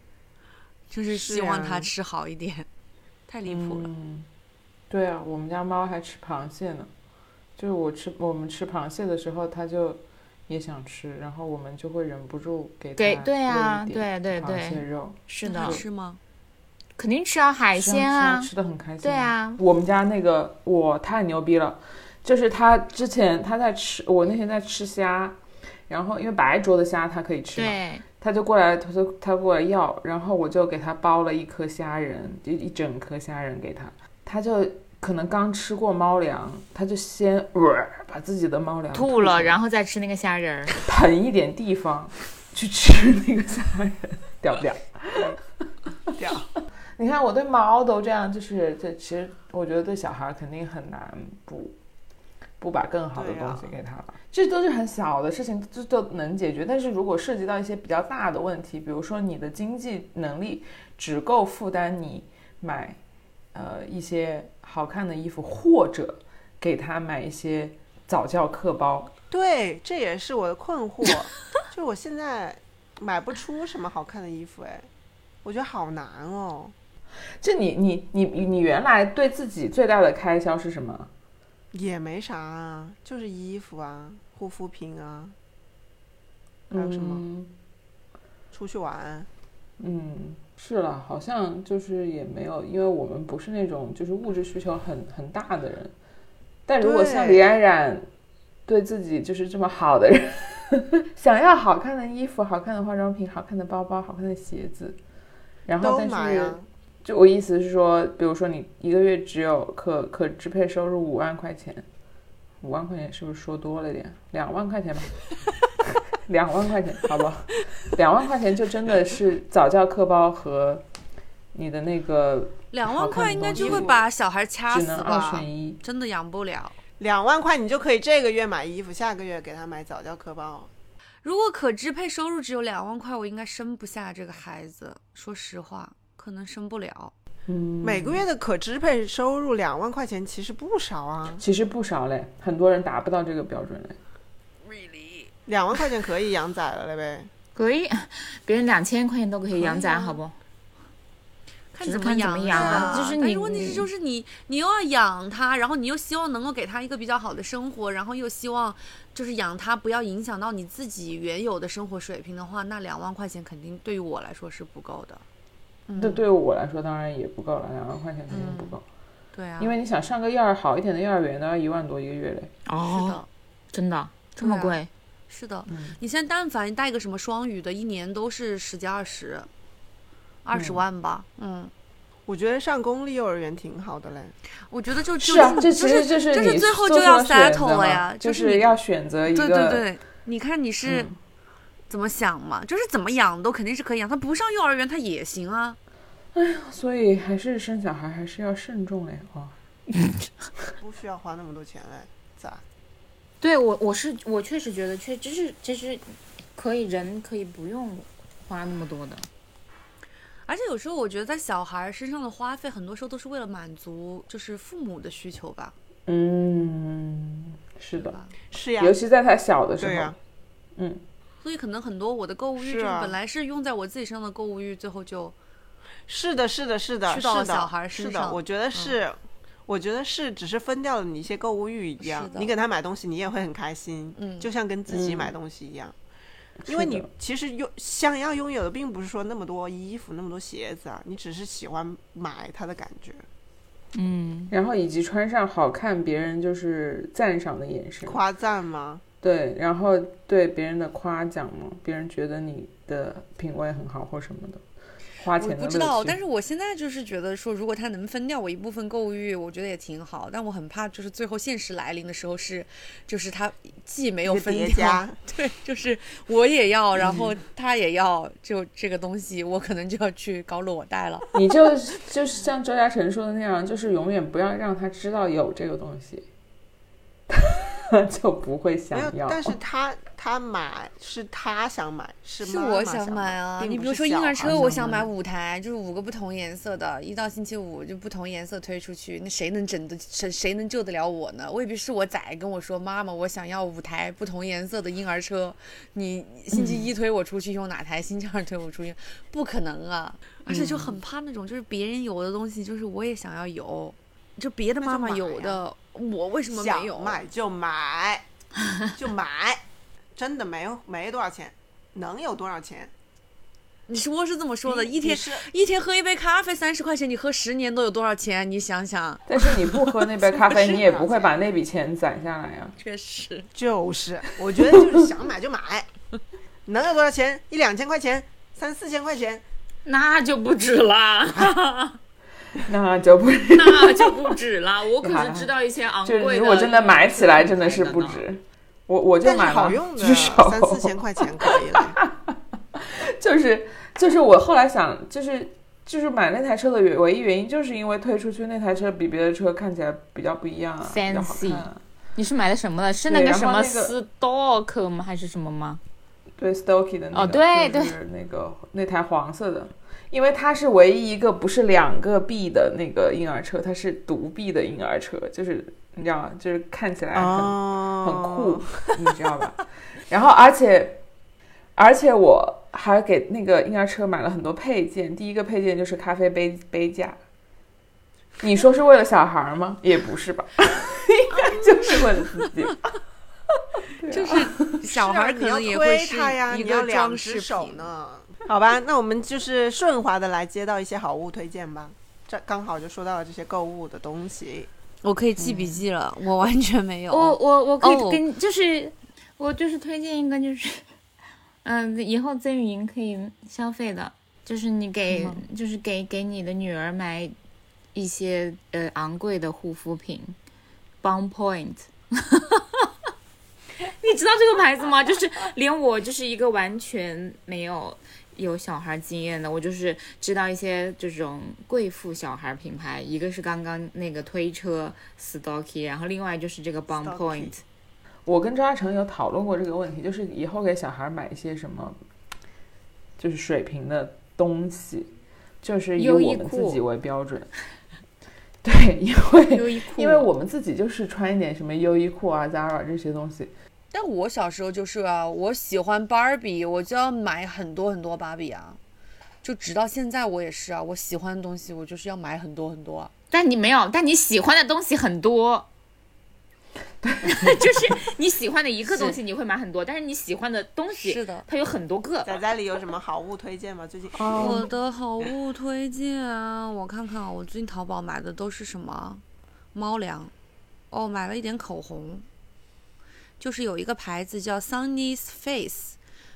[SPEAKER 2] 就是
[SPEAKER 5] 是
[SPEAKER 2] 希望
[SPEAKER 5] 啊
[SPEAKER 2] 它吃好一点。太离谱了，
[SPEAKER 3] 嗯，对啊，我们家猫还吃螃蟹呢，就是我吃我们吃螃蟹的时候，它就也想吃，然后我们就会忍不住给
[SPEAKER 1] 给
[SPEAKER 3] 它
[SPEAKER 1] 对啊
[SPEAKER 3] 喂一点
[SPEAKER 1] 对对对
[SPEAKER 3] 螃蟹肉
[SPEAKER 1] 是
[SPEAKER 2] 那它
[SPEAKER 1] 的，
[SPEAKER 3] 哦
[SPEAKER 2] 吃吗？
[SPEAKER 1] 肯定吃啊，海
[SPEAKER 3] 是啊
[SPEAKER 1] 鲜啊
[SPEAKER 3] 是，吃的很开心。
[SPEAKER 1] 对，啊，
[SPEAKER 3] 我们家那个我太牛逼了，就是他之前他在吃，我那天在吃虾，然后因为白灼的虾他可以吃嘛，
[SPEAKER 1] 对，
[SPEAKER 3] 他就过来，他就他过来要，然后我就给他包了一颗虾仁，就一整颗虾仁给他，他就可能刚吃过猫粮，他就先、呃、把自己的猫粮
[SPEAKER 1] 吐了，
[SPEAKER 3] 后
[SPEAKER 1] 然后再吃那个虾仁儿。
[SPEAKER 3] 腾一点地方去吃那个虾仁，屌不屌？
[SPEAKER 5] [LAUGHS] 屌！
[SPEAKER 3] 你看我对猫都这样，就是这其实我觉得对小孩肯定很难不不把更好的
[SPEAKER 5] 对啊
[SPEAKER 3] 东西给他了。这都是很小的事情，这都能解决。但是如果涉及到一些比较大的问题，比如说你的经济能力只够负担你买呃一些好看的衣服，或者给他买一些早教课包，
[SPEAKER 5] 对，这也是我的困
[SPEAKER 3] [LAUGHS]
[SPEAKER 5] 惑，就我现在买不出什么好看的衣服，哎，我觉得好难哦。
[SPEAKER 3] 这你你你你原来对自己最大的开销是什么？
[SPEAKER 5] 也没啥啊，就是衣服啊、护肤品啊，还有什么、
[SPEAKER 3] 嗯
[SPEAKER 5] 出去玩，
[SPEAKER 3] 嗯，是了，好像就是也没有，因为我们不是那种就是物质需求很很大的人。但如果像
[SPEAKER 5] 对
[SPEAKER 3] 李冉冉对自己就是这么好的人， [LAUGHS] 想要好看的衣服、好看的化妆品、好看的包包、好看的鞋子，然后
[SPEAKER 5] 都
[SPEAKER 3] 但是
[SPEAKER 5] 买啊。
[SPEAKER 3] 就我意思是说，比如说你一个月只有可可支配收入五万块钱，五万块钱是不是说多了点？两万块钱吧， [LAUGHS] 两万块钱，好不好？两万块钱就真的是早教课包和你的那个
[SPEAKER 2] 两
[SPEAKER 3] 好
[SPEAKER 2] 万
[SPEAKER 3] 看
[SPEAKER 2] 块
[SPEAKER 3] 的
[SPEAKER 2] 应该
[SPEAKER 3] 东
[SPEAKER 2] 就
[SPEAKER 3] 西
[SPEAKER 2] 会把小孩掐
[SPEAKER 3] 只
[SPEAKER 2] 死
[SPEAKER 3] 能二
[SPEAKER 2] 吧
[SPEAKER 3] 选，一。
[SPEAKER 2] 真的养不了。
[SPEAKER 5] 两万块你就可以这个月买衣服，下个月给他买早教课包。
[SPEAKER 2] 如果可支配收入只有两万块，我应该生不下这个孩子。说实话，可能生不了。
[SPEAKER 3] 嗯，
[SPEAKER 5] 每个月的可支配收入两万块钱，其实不少啊。
[SPEAKER 3] 其实不少嘞，很多人达不到这个标准嘞。
[SPEAKER 2] Really？
[SPEAKER 5] 两万块钱可以养崽了嘞呗。
[SPEAKER 1] 可以，别人两千块钱都可以养
[SPEAKER 2] 可以
[SPEAKER 1] 崽，
[SPEAKER 2] 啊
[SPEAKER 1] 好不？
[SPEAKER 2] 看
[SPEAKER 1] 只是
[SPEAKER 2] 怎么
[SPEAKER 1] 看怎么养
[SPEAKER 2] 啊
[SPEAKER 1] 啊就是
[SPEAKER 2] 但
[SPEAKER 1] 你
[SPEAKER 2] 问题是，就是你，你又要养它，然后你又希望能够给它一个比较好的生活，然后又希望就是养它不要影响到你自己原有的生活水平的话，那两万块钱肯定对于我来说是不够的。
[SPEAKER 3] 这对我来说当然也不够了，两万块钱肯定不够，
[SPEAKER 2] 对
[SPEAKER 5] 嗯
[SPEAKER 2] 啊，
[SPEAKER 3] 因为你想上个幼儿好一点的幼儿园都要一万多一个月嘞。
[SPEAKER 2] 是的
[SPEAKER 1] 哦，，真的这么
[SPEAKER 2] 对
[SPEAKER 1] 贵？
[SPEAKER 2] 是的，
[SPEAKER 3] 嗯
[SPEAKER 2] 你现在但凡带个什么双语的，一年都是十几二十，二十万吧。嗯，
[SPEAKER 5] 我觉得上公立幼儿园挺好的嘞。
[SPEAKER 2] 我觉得就就是
[SPEAKER 3] 啊，
[SPEAKER 2] 就
[SPEAKER 3] 这其实
[SPEAKER 2] 就是是
[SPEAKER 3] 你
[SPEAKER 2] 最后
[SPEAKER 3] 做
[SPEAKER 2] 就
[SPEAKER 3] 出
[SPEAKER 2] 要
[SPEAKER 3] 了选择
[SPEAKER 2] settle 了
[SPEAKER 3] 嘛
[SPEAKER 2] 呀，
[SPEAKER 3] 就是
[SPEAKER 2] 你
[SPEAKER 3] 要选择一个
[SPEAKER 2] 对对对，你看你是
[SPEAKER 3] 嗯
[SPEAKER 2] 怎么想嘛，就是怎么养都肯定是可以养，他不上幼儿园他也行啊。
[SPEAKER 3] 所以还是生小孩还是要慎重嘞哦。
[SPEAKER 5] 不需要花那么多钱嘞，咋？
[SPEAKER 1] 对我，我是我确实觉得确就是其实可以人可以不用花那么多的。
[SPEAKER 2] 而且有时候我觉得在小孩身上的花费，很多时候都是为了满足就是父母的需求吧，
[SPEAKER 3] 嗯，是
[SPEAKER 2] 对
[SPEAKER 3] 的，
[SPEAKER 2] 吧？
[SPEAKER 5] 是呀
[SPEAKER 3] 尤，其在他小的时
[SPEAKER 5] 对
[SPEAKER 3] 候，
[SPEAKER 5] 呀，
[SPEAKER 3] 嗯，
[SPEAKER 2] 所以可能很多我的购物欲
[SPEAKER 5] 是
[SPEAKER 2] 就是
[SPEAKER 5] 啊
[SPEAKER 2] 本来是用在我自己身上的购物欲，最后就是
[SPEAKER 5] 的，是的，是的，
[SPEAKER 2] 去
[SPEAKER 5] 是
[SPEAKER 2] 到了
[SPEAKER 5] 的，
[SPEAKER 2] 小孩身
[SPEAKER 5] 是的，
[SPEAKER 2] 上嗯
[SPEAKER 5] 我觉得是，我觉得是，只是分掉了你一些购物欲一样
[SPEAKER 2] 是。的
[SPEAKER 5] 你给他买东西，你也会很开心，
[SPEAKER 2] 嗯
[SPEAKER 5] 就像跟自己
[SPEAKER 3] 嗯
[SPEAKER 5] 买东西一样。因为
[SPEAKER 3] 是的
[SPEAKER 5] 你其实拥想要拥有的，并不是说那么多衣服、那么多鞋子啊，你只是喜欢买它的感觉，
[SPEAKER 1] 嗯，
[SPEAKER 3] 然后以及穿上好看，别人就是赞赏的眼神，
[SPEAKER 5] 夸赞吗？
[SPEAKER 3] 对，然后对别人的夸奖嘛，别人觉得你的品味很好或什么的，花
[SPEAKER 2] 我
[SPEAKER 3] 钱的
[SPEAKER 2] 不知道，但
[SPEAKER 3] 是
[SPEAKER 2] 是我现在就是觉得说，如果它能分掉我一部分购物欲，我觉得也挺好。但我很怕，就是最后现实来临的时候是，就是它既没有
[SPEAKER 5] 一个
[SPEAKER 2] 分
[SPEAKER 5] 叠
[SPEAKER 2] 掉
[SPEAKER 3] [LAUGHS]
[SPEAKER 5] 加，
[SPEAKER 2] 对，就是我也要，然后他也要，就这个东西，我可能就要去搞裸贷了。
[SPEAKER 3] 你就就是像周嘉诚说的那样，就是永远不要让他知道有这个东西， [LAUGHS] 就不会想
[SPEAKER 5] 没有
[SPEAKER 3] 要。，
[SPEAKER 5] 但是他他买是他想买，是
[SPEAKER 2] 是
[SPEAKER 5] 妈
[SPEAKER 2] 我
[SPEAKER 5] 妈
[SPEAKER 2] 想
[SPEAKER 5] 想
[SPEAKER 2] 买啊！
[SPEAKER 5] 并
[SPEAKER 2] 你
[SPEAKER 5] 不
[SPEAKER 2] 比如
[SPEAKER 5] 是
[SPEAKER 2] 说婴
[SPEAKER 5] 小
[SPEAKER 2] 儿
[SPEAKER 5] 孩
[SPEAKER 2] 车，我
[SPEAKER 5] 想
[SPEAKER 2] 想
[SPEAKER 5] 买
[SPEAKER 2] 买五台，就是五个不同颜色的，一到星期五就不同颜色推出去，那谁能整得谁谁能救得了我呢？未必是我崽跟我说妈妈，我想要五台不同颜色的婴儿车，你星期一推嗯我出去用哪台，星期二推我出去，不可能啊！而且就很怕那种就是别人有的东西，就是我也想要有，就别的
[SPEAKER 5] 那就
[SPEAKER 2] 妈妈
[SPEAKER 5] 买
[SPEAKER 2] 有
[SPEAKER 5] 呀
[SPEAKER 2] 的，我为什么
[SPEAKER 5] 想
[SPEAKER 2] 没有？
[SPEAKER 5] 买就买，就买，真的没有没多少钱，能有多少钱？
[SPEAKER 2] 你说是这么说的，
[SPEAKER 5] 你
[SPEAKER 2] 一天
[SPEAKER 5] 你是
[SPEAKER 2] 一天喝一杯咖啡三十块钱，你喝十年都有多少钱？你想
[SPEAKER 5] [LAUGHS]
[SPEAKER 2] 想，
[SPEAKER 3] 但是你不喝那杯咖啡，
[SPEAKER 5] 是
[SPEAKER 3] 你也
[SPEAKER 5] 啊
[SPEAKER 3] 不会把那笔钱攒下来啊。
[SPEAKER 2] 确实，
[SPEAKER 5] 就是，我觉得就是想买就买，能有多少钱？一两千块钱，三四千块钱，
[SPEAKER 1] 那就不止了，
[SPEAKER 3] 那就不是，
[SPEAKER 1] 那就不止了。我可是知道一些昂
[SPEAKER 3] 就
[SPEAKER 1] 贵的，
[SPEAKER 3] 是如果真的买起来，真的是不。止。我我就
[SPEAKER 5] 但是
[SPEAKER 3] 买了，
[SPEAKER 5] 好用的
[SPEAKER 3] 举手
[SPEAKER 5] 三四千块钱可以
[SPEAKER 3] [LAUGHS]
[SPEAKER 5] 了。
[SPEAKER 3] 就是就是我后来想，就是就是买那台车的原唯一原因，就是因为推出去那台车比别的车看起来比较不一样啊比较好
[SPEAKER 1] Fancy
[SPEAKER 3] 看啊。
[SPEAKER 1] 你是买的什么的？是
[SPEAKER 3] 对
[SPEAKER 1] 那个
[SPEAKER 3] 然后
[SPEAKER 1] 什么
[SPEAKER 3] 那个
[SPEAKER 1] Stock 吗？还是什么吗？
[SPEAKER 3] 对 Stocky 的那个，
[SPEAKER 1] 哦对
[SPEAKER 3] 就是那个那台黄色的，因为它是唯一一个不是两个臂的那个婴儿车，它是独臂的婴儿车，就是你知道吗？就是看起来哎很、
[SPEAKER 1] 哦
[SPEAKER 3] 很酷，
[SPEAKER 5] 哦
[SPEAKER 3] 你知道吧？ [LAUGHS] 然后而且而且我还给那个婴儿车买了很多配件，第一个配件就是咖啡杯杯架。你说是为了小孩儿吗？也不是吧， [LAUGHS] 应该就是为了自己。
[SPEAKER 5] [LAUGHS]
[SPEAKER 2] 就是小
[SPEAKER 5] 是
[SPEAKER 2] 孩
[SPEAKER 5] 啊
[SPEAKER 2] 儿可
[SPEAKER 5] 你要
[SPEAKER 2] 能也会
[SPEAKER 5] 推
[SPEAKER 2] 是
[SPEAKER 5] 它呀，
[SPEAKER 2] 一
[SPEAKER 5] 你
[SPEAKER 2] 个
[SPEAKER 5] 要两
[SPEAKER 2] 装饰
[SPEAKER 5] 只手
[SPEAKER 2] 品。 [LAUGHS]
[SPEAKER 5] 呢。好吧，那我们就是顺滑的来接到一些好物推荐吧。这刚好就说到了这些购物的东西，
[SPEAKER 2] 我可以记笔记了，我完全没有。
[SPEAKER 1] 我我我可
[SPEAKER 2] 哦
[SPEAKER 1] 以跟、就是我就是推荐一个就是，嗯、以后曾雨莹可以消费的，就是你给就是给给你的女儿买一些呃昂贵的护肤品，Bon Point。你知道这个牌子吗？就是连我就是一个完全没有有小孩经验的，我就是知道一些这种贵妇小孩品牌，一个是刚刚那个推车 Stocky，然后另外就是这个 Bon
[SPEAKER 5] Stocky
[SPEAKER 1] Point。
[SPEAKER 3] 我跟张嘉诚有讨论过这个问题，就是以后给小孩买一些什么，就是水平的东西，就是以
[SPEAKER 1] 优衣
[SPEAKER 3] 我们自
[SPEAKER 1] 库
[SPEAKER 3] 己为标准。 [LAUGHS] 对，因为
[SPEAKER 1] 优衣库，
[SPEAKER 3] 因为我们自己就是穿一点什么优衣库啊、Zara 这些东西，
[SPEAKER 2] 但我小时候就是啊，我喜欢芭比，我就要买很多很多芭比啊。就直到现在，我也是啊，我喜欢的东西，我就是要买很多很多啊。
[SPEAKER 1] 但你没有，但你喜欢的东西很
[SPEAKER 6] [LAUGHS]
[SPEAKER 1] 多。就是你喜欢的一个东西，你会买很多，但是你喜欢的东西，
[SPEAKER 2] 是的
[SPEAKER 1] 它有很多个。
[SPEAKER 5] 仔仔里有什么好物推荐吗？最近
[SPEAKER 6] [LAUGHS]
[SPEAKER 1] 嗯
[SPEAKER 6] 哦
[SPEAKER 2] 我的好物推荐啊，我看看啊，我最近淘宝买的都是什么？猫粮，哦，买了一点口红，就是有一个牌子叫 Sunny's Face，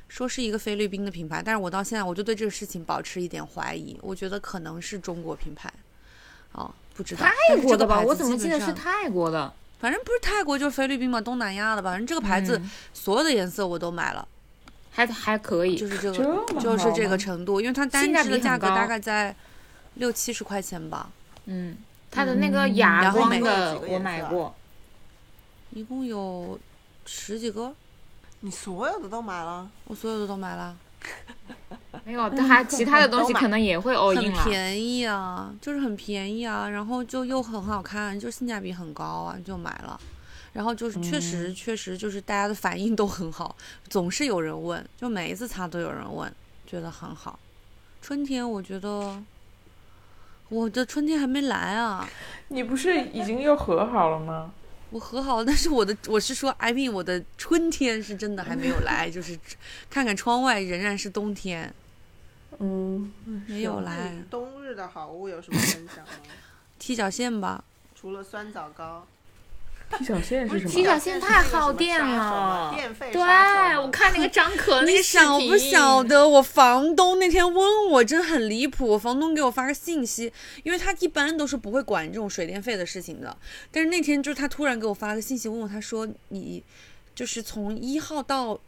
[SPEAKER 2] 说是一个菲律宾的品牌，但是我到现在我就对这个事情保持一点怀疑，我觉得可能是中国品牌，哦，不知道
[SPEAKER 1] 泰国的吧？我怎么记
[SPEAKER 2] 记
[SPEAKER 1] 得是泰国的？
[SPEAKER 2] 反正不是泰国就是菲律宾嘛，东南亚的吧，反正这个牌子
[SPEAKER 1] 嗯
[SPEAKER 2] 所有的颜色我都买了，
[SPEAKER 1] 还还可以
[SPEAKER 2] 就。是这
[SPEAKER 3] 这
[SPEAKER 2] 个
[SPEAKER 3] 么好
[SPEAKER 2] 就是这个
[SPEAKER 3] 吗
[SPEAKER 2] 程度，因为它单
[SPEAKER 1] 性价
[SPEAKER 2] 支
[SPEAKER 1] 比
[SPEAKER 2] 的价
[SPEAKER 1] 很
[SPEAKER 2] 格
[SPEAKER 1] 高
[SPEAKER 2] 大概在六七十块钱吧。
[SPEAKER 1] 嗯，它的那个哑
[SPEAKER 2] 然后
[SPEAKER 1] 光
[SPEAKER 2] 每
[SPEAKER 1] 的
[SPEAKER 5] 个
[SPEAKER 1] 我买过，
[SPEAKER 2] 一共有十几个，
[SPEAKER 5] 你所有的都买了，
[SPEAKER 2] 我所有的都买了，
[SPEAKER 1] 没有，但它其他的东西可能也会 all
[SPEAKER 6] 哦
[SPEAKER 2] 很
[SPEAKER 1] in 了。
[SPEAKER 2] 便宜啊，就是很便宜啊，然后就又很好看，就性价比很高啊，就买了。然后就是确实、
[SPEAKER 1] 嗯
[SPEAKER 2] 确实就是大家的反应都很好，总是有人问，就每一次擦都有人问，觉得很好。春天我觉得我的春天还没来啊，
[SPEAKER 3] 你不是已经又和好
[SPEAKER 2] [LAUGHS]
[SPEAKER 3] 了吗？
[SPEAKER 2] 我和好了，但是我的 [LAUGHS] 我是说，I mean 我的春天是真的还没有来，就是看看窗外仍然是冬天，
[SPEAKER 3] 嗯，
[SPEAKER 2] 没有来。
[SPEAKER 5] 你
[SPEAKER 6] [LAUGHS]
[SPEAKER 5] 冬日的好物有什么分享吗？
[SPEAKER 2] 踢脚线吧，
[SPEAKER 5] 除了酸枣糕，
[SPEAKER 3] 踢脚线是什么？
[SPEAKER 6] 踢脚线太耗电了
[SPEAKER 5] 了，电费
[SPEAKER 6] 对
[SPEAKER 5] 杀手嘛
[SPEAKER 6] 我看那个张可那
[SPEAKER 2] 你
[SPEAKER 6] 个视
[SPEAKER 2] 晓不
[SPEAKER 6] 频
[SPEAKER 2] 晓得？我房东那天问我，真的很离谱。我房东给我发个信息，因为他一般都是不会管这种水电费的事情的。但是那天就是他突然给我发个信息，问我，他说你就是从一号到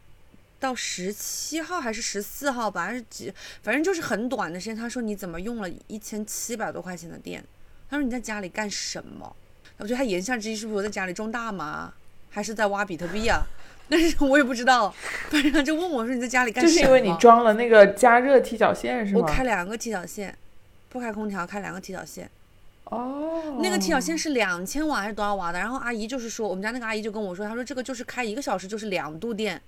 [SPEAKER 2] 到十七号还是十四号吧，还是几，反正就是很短的时间。他说你怎么用了一千七百多块钱的电？他说你在家里干什么？我觉得他言下之意是不是我在家里种大麻，还是在挖比特币啊？ [LAUGHS] 但是我也不知道，反正他就问我说你在家里干
[SPEAKER 3] 就
[SPEAKER 2] 什么？
[SPEAKER 3] 是因为你装了那个加热踢脚线是吗？
[SPEAKER 2] 我开两个踢脚线，不开空调，开两个踢脚线。
[SPEAKER 3] 哦，
[SPEAKER 2] 那个踢脚线是两千瓦还是多少瓦的？然后阿姨就是说，我们家那个阿姨就跟我说，她说这个就是开一个小时就是两度电，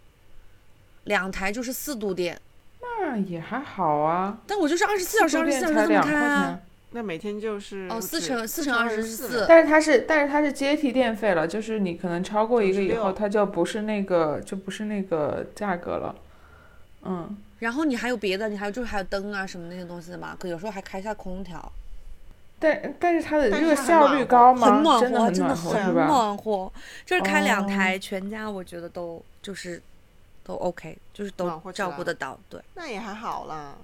[SPEAKER 2] 两台就是四度电。
[SPEAKER 3] 那也还好啊，
[SPEAKER 2] 但我就是二十四小时，
[SPEAKER 3] 住
[SPEAKER 2] 二十四
[SPEAKER 3] 店
[SPEAKER 2] 小时
[SPEAKER 3] 才
[SPEAKER 2] 这么
[SPEAKER 3] 两块
[SPEAKER 2] 开啊
[SPEAKER 3] 钱。。
[SPEAKER 5] 那每天就是
[SPEAKER 2] 哦，四乘四
[SPEAKER 5] 嗯四
[SPEAKER 2] 乘
[SPEAKER 5] 二
[SPEAKER 2] 二十
[SPEAKER 5] 四，
[SPEAKER 2] 四，
[SPEAKER 3] 但是它是，但是它是阶梯电费了，就是你可能超过一个以后，
[SPEAKER 5] 96
[SPEAKER 3] 它就不是那个，就不是那个价格了。嗯，
[SPEAKER 2] 然后你还有别的，你还有就是还有灯啊什么那些东西的嘛，可有时候还开一下空调，
[SPEAKER 3] 但但是它的
[SPEAKER 5] 但是
[SPEAKER 3] 热
[SPEAKER 5] 它很
[SPEAKER 3] 效
[SPEAKER 5] 暖
[SPEAKER 3] 率
[SPEAKER 5] 和
[SPEAKER 3] 高吗？
[SPEAKER 2] 很暖
[SPEAKER 3] 真
[SPEAKER 2] 和，
[SPEAKER 3] 很
[SPEAKER 2] 真的
[SPEAKER 3] 暖和，
[SPEAKER 2] 很
[SPEAKER 3] 是吧？
[SPEAKER 2] 暖和，就是开两
[SPEAKER 3] 哦
[SPEAKER 2] 台，全家我觉得都就是都 OK，就是
[SPEAKER 5] 暖
[SPEAKER 2] 都
[SPEAKER 5] 和起
[SPEAKER 2] 照
[SPEAKER 5] 来
[SPEAKER 2] 顾
[SPEAKER 5] 了
[SPEAKER 2] 得到，对。
[SPEAKER 5] 那也还好啦，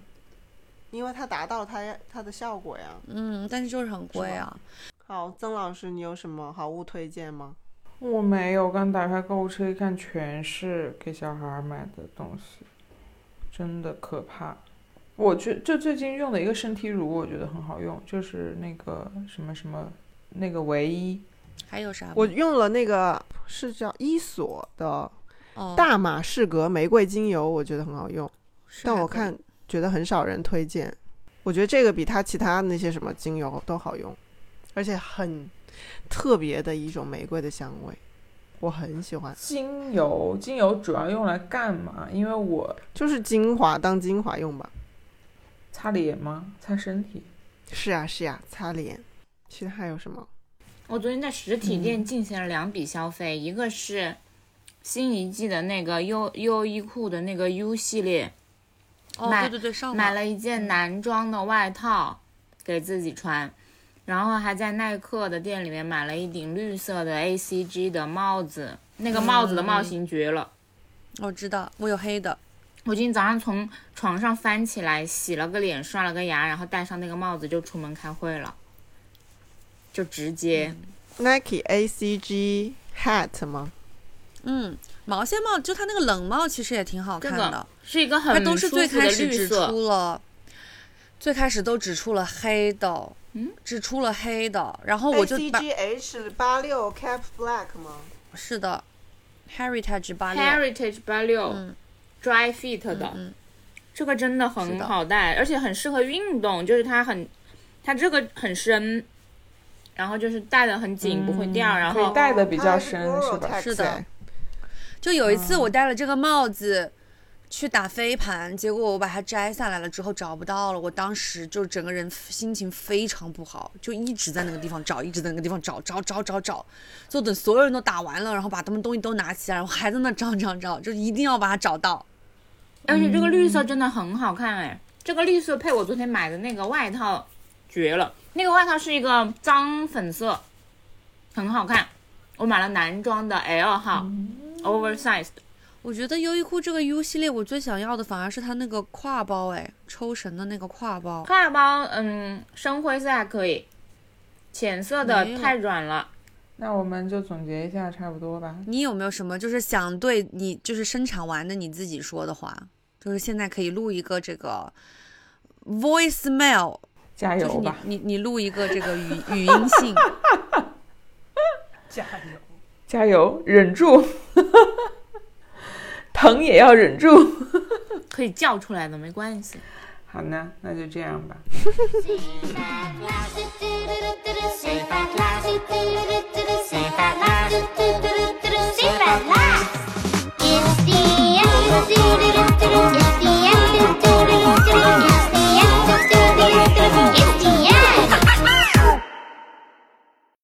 [SPEAKER 5] 因为它达到了它它的效果呀。
[SPEAKER 2] 嗯，但是就是很贵
[SPEAKER 5] 吧
[SPEAKER 2] 啊。
[SPEAKER 5] 好，曾老师，你有什么好物推荐吗？
[SPEAKER 3] 我没有，刚打开购物车一看，全是给小孩儿买的东西，真的可怕。我觉就最近用的一个身体乳，我觉得很好用，就是那个什么什么那个唯一，
[SPEAKER 2] 还有啥吗？
[SPEAKER 5] 我用了那个是叫伊索的
[SPEAKER 2] 哦
[SPEAKER 5] 大马士革玫瑰精油，我觉得很好用，
[SPEAKER 2] 是
[SPEAKER 5] 但
[SPEAKER 2] 还
[SPEAKER 5] 我
[SPEAKER 2] 可以
[SPEAKER 5] 看觉得很少人推荐。我觉得这个比它其他那些什么精油都好用，而且很特别的一种玫瑰的香味，我很喜欢。
[SPEAKER 3] 精油，精油主要用来干嘛？因为我
[SPEAKER 5] 就是精华当精华用吧。
[SPEAKER 3] 擦脸吗？擦身体？
[SPEAKER 5] 是呀、是呀、啊擦脸。其他还有什么？
[SPEAKER 6] 我昨天在实体
[SPEAKER 1] 嗯
[SPEAKER 6] 店进行了两笔消费，一个是新一季的那个优优衣库的那个 U 系列，
[SPEAKER 2] 哦，
[SPEAKER 6] 买
[SPEAKER 2] 对对对，上
[SPEAKER 6] 买
[SPEAKER 2] 网
[SPEAKER 6] 了一件男装的外套给自己穿，然后还在耐克的店里面买了一顶绿色的 ACG 的帽子，那个帽子
[SPEAKER 2] 嗯
[SPEAKER 6] 的帽型绝了。
[SPEAKER 2] 我哦知道，我有黑的，
[SPEAKER 6] 我今天早上从床上翻起来，洗了个脸，刷了个牙，然后戴上那个帽子就出门开会了，就直接。
[SPEAKER 5] Nike ACG hat 吗？
[SPEAKER 2] 嗯，毛线帽就它那个冷帽其实也挺好
[SPEAKER 6] 这
[SPEAKER 2] 看
[SPEAKER 6] 个
[SPEAKER 2] 的，
[SPEAKER 6] 是一个很
[SPEAKER 2] 它都是
[SPEAKER 6] 舒
[SPEAKER 2] 最
[SPEAKER 6] 服的
[SPEAKER 2] 开始
[SPEAKER 6] 绿
[SPEAKER 2] 只
[SPEAKER 6] 色，
[SPEAKER 2] 出了，最开始都只出了黑的，嗯，只出了黑的，然哦后我就把
[SPEAKER 5] H 八六 Cap Black 吗？
[SPEAKER 2] 是的，Heritage 八六，
[SPEAKER 6] Heritage 八六、
[SPEAKER 2] 嗯
[SPEAKER 6] Dry Fit 的，
[SPEAKER 2] 嗯
[SPEAKER 6] 这个真的
[SPEAKER 2] 是
[SPEAKER 6] 很
[SPEAKER 2] 的
[SPEAKER 6] 好戴，而且很适合运动，就是它很，它这个很深，然后就是戴的很紧，不会掉，
[SPEAKER 2] 啊嗯
[SPEAKER 6] 然
[SPEAKER 3] 可以
[SPEAKER 2] 哦
[SPEAKER 6] 后
[SPEAKER 3] 戴的比较深，
[SPEAKER 5] 哦
[SPEAKER 3] 是吧？
[SPEAKER 2] 是的就有一
[SPEAKER 6] 嗯
[SPEAKER 2] 次我戴了这个帽子。去打飞盘，结果我把它摘下来了之后找不到了，我当时就整个人心情非常不好，就一直在那个地方找，一直在那个地方找，找找找找，就等所有人都打完了，然后把他们东西都拿起来，然后还在那找找找，就一定要把它找到。
[SPEAKER 6] 而且这个绿色真的很好看
[SPEAKER 2] 嗯
[SPEAKER 6] 哎，这个绿色配我昨天买的那个外套绝了，那个外套是一个脏粉色，很好看，我买了男装的 L 号、oversized。
[SPEAKER 2] 嗯我觉得优衣库这个 U 系列，我最想要的反而是它那个挎包，哎，抽绳的那个挎包。
[SPEAKER 6] 跨包，嗯，深灰色还可以，浅色
[SPEAKER 2] 没有
[SPEAKER 6] 的太软了。
[SPEAKER 3] 那我们就总结一下，差不多吧。
[SPEAKER 2] 你有没有什么就是想对你就是生产完的你自己说的话？就是现在可以录一个这个 voicemail，
[SPEAKER 3] 加
[SPEAKER 2] 就是
[SPEAKER 3] 油
[SPEAKER 2] 你
[SPEAKER 3] 吧！
[SPEAKER 2] 你你录一个这个语语音信，
[SPEAKER 5] 加油！
[SPEAKER 3] 加油，忍住， [LAUGHS] 疼也要忍住。 [LAUGHS]
[SPEAKER 6] 可以叫出来的，没关系。
[SPEAKER 3] 好呢，那就这样吧。
[SPEAKER 4] Say that loud. Say that loud.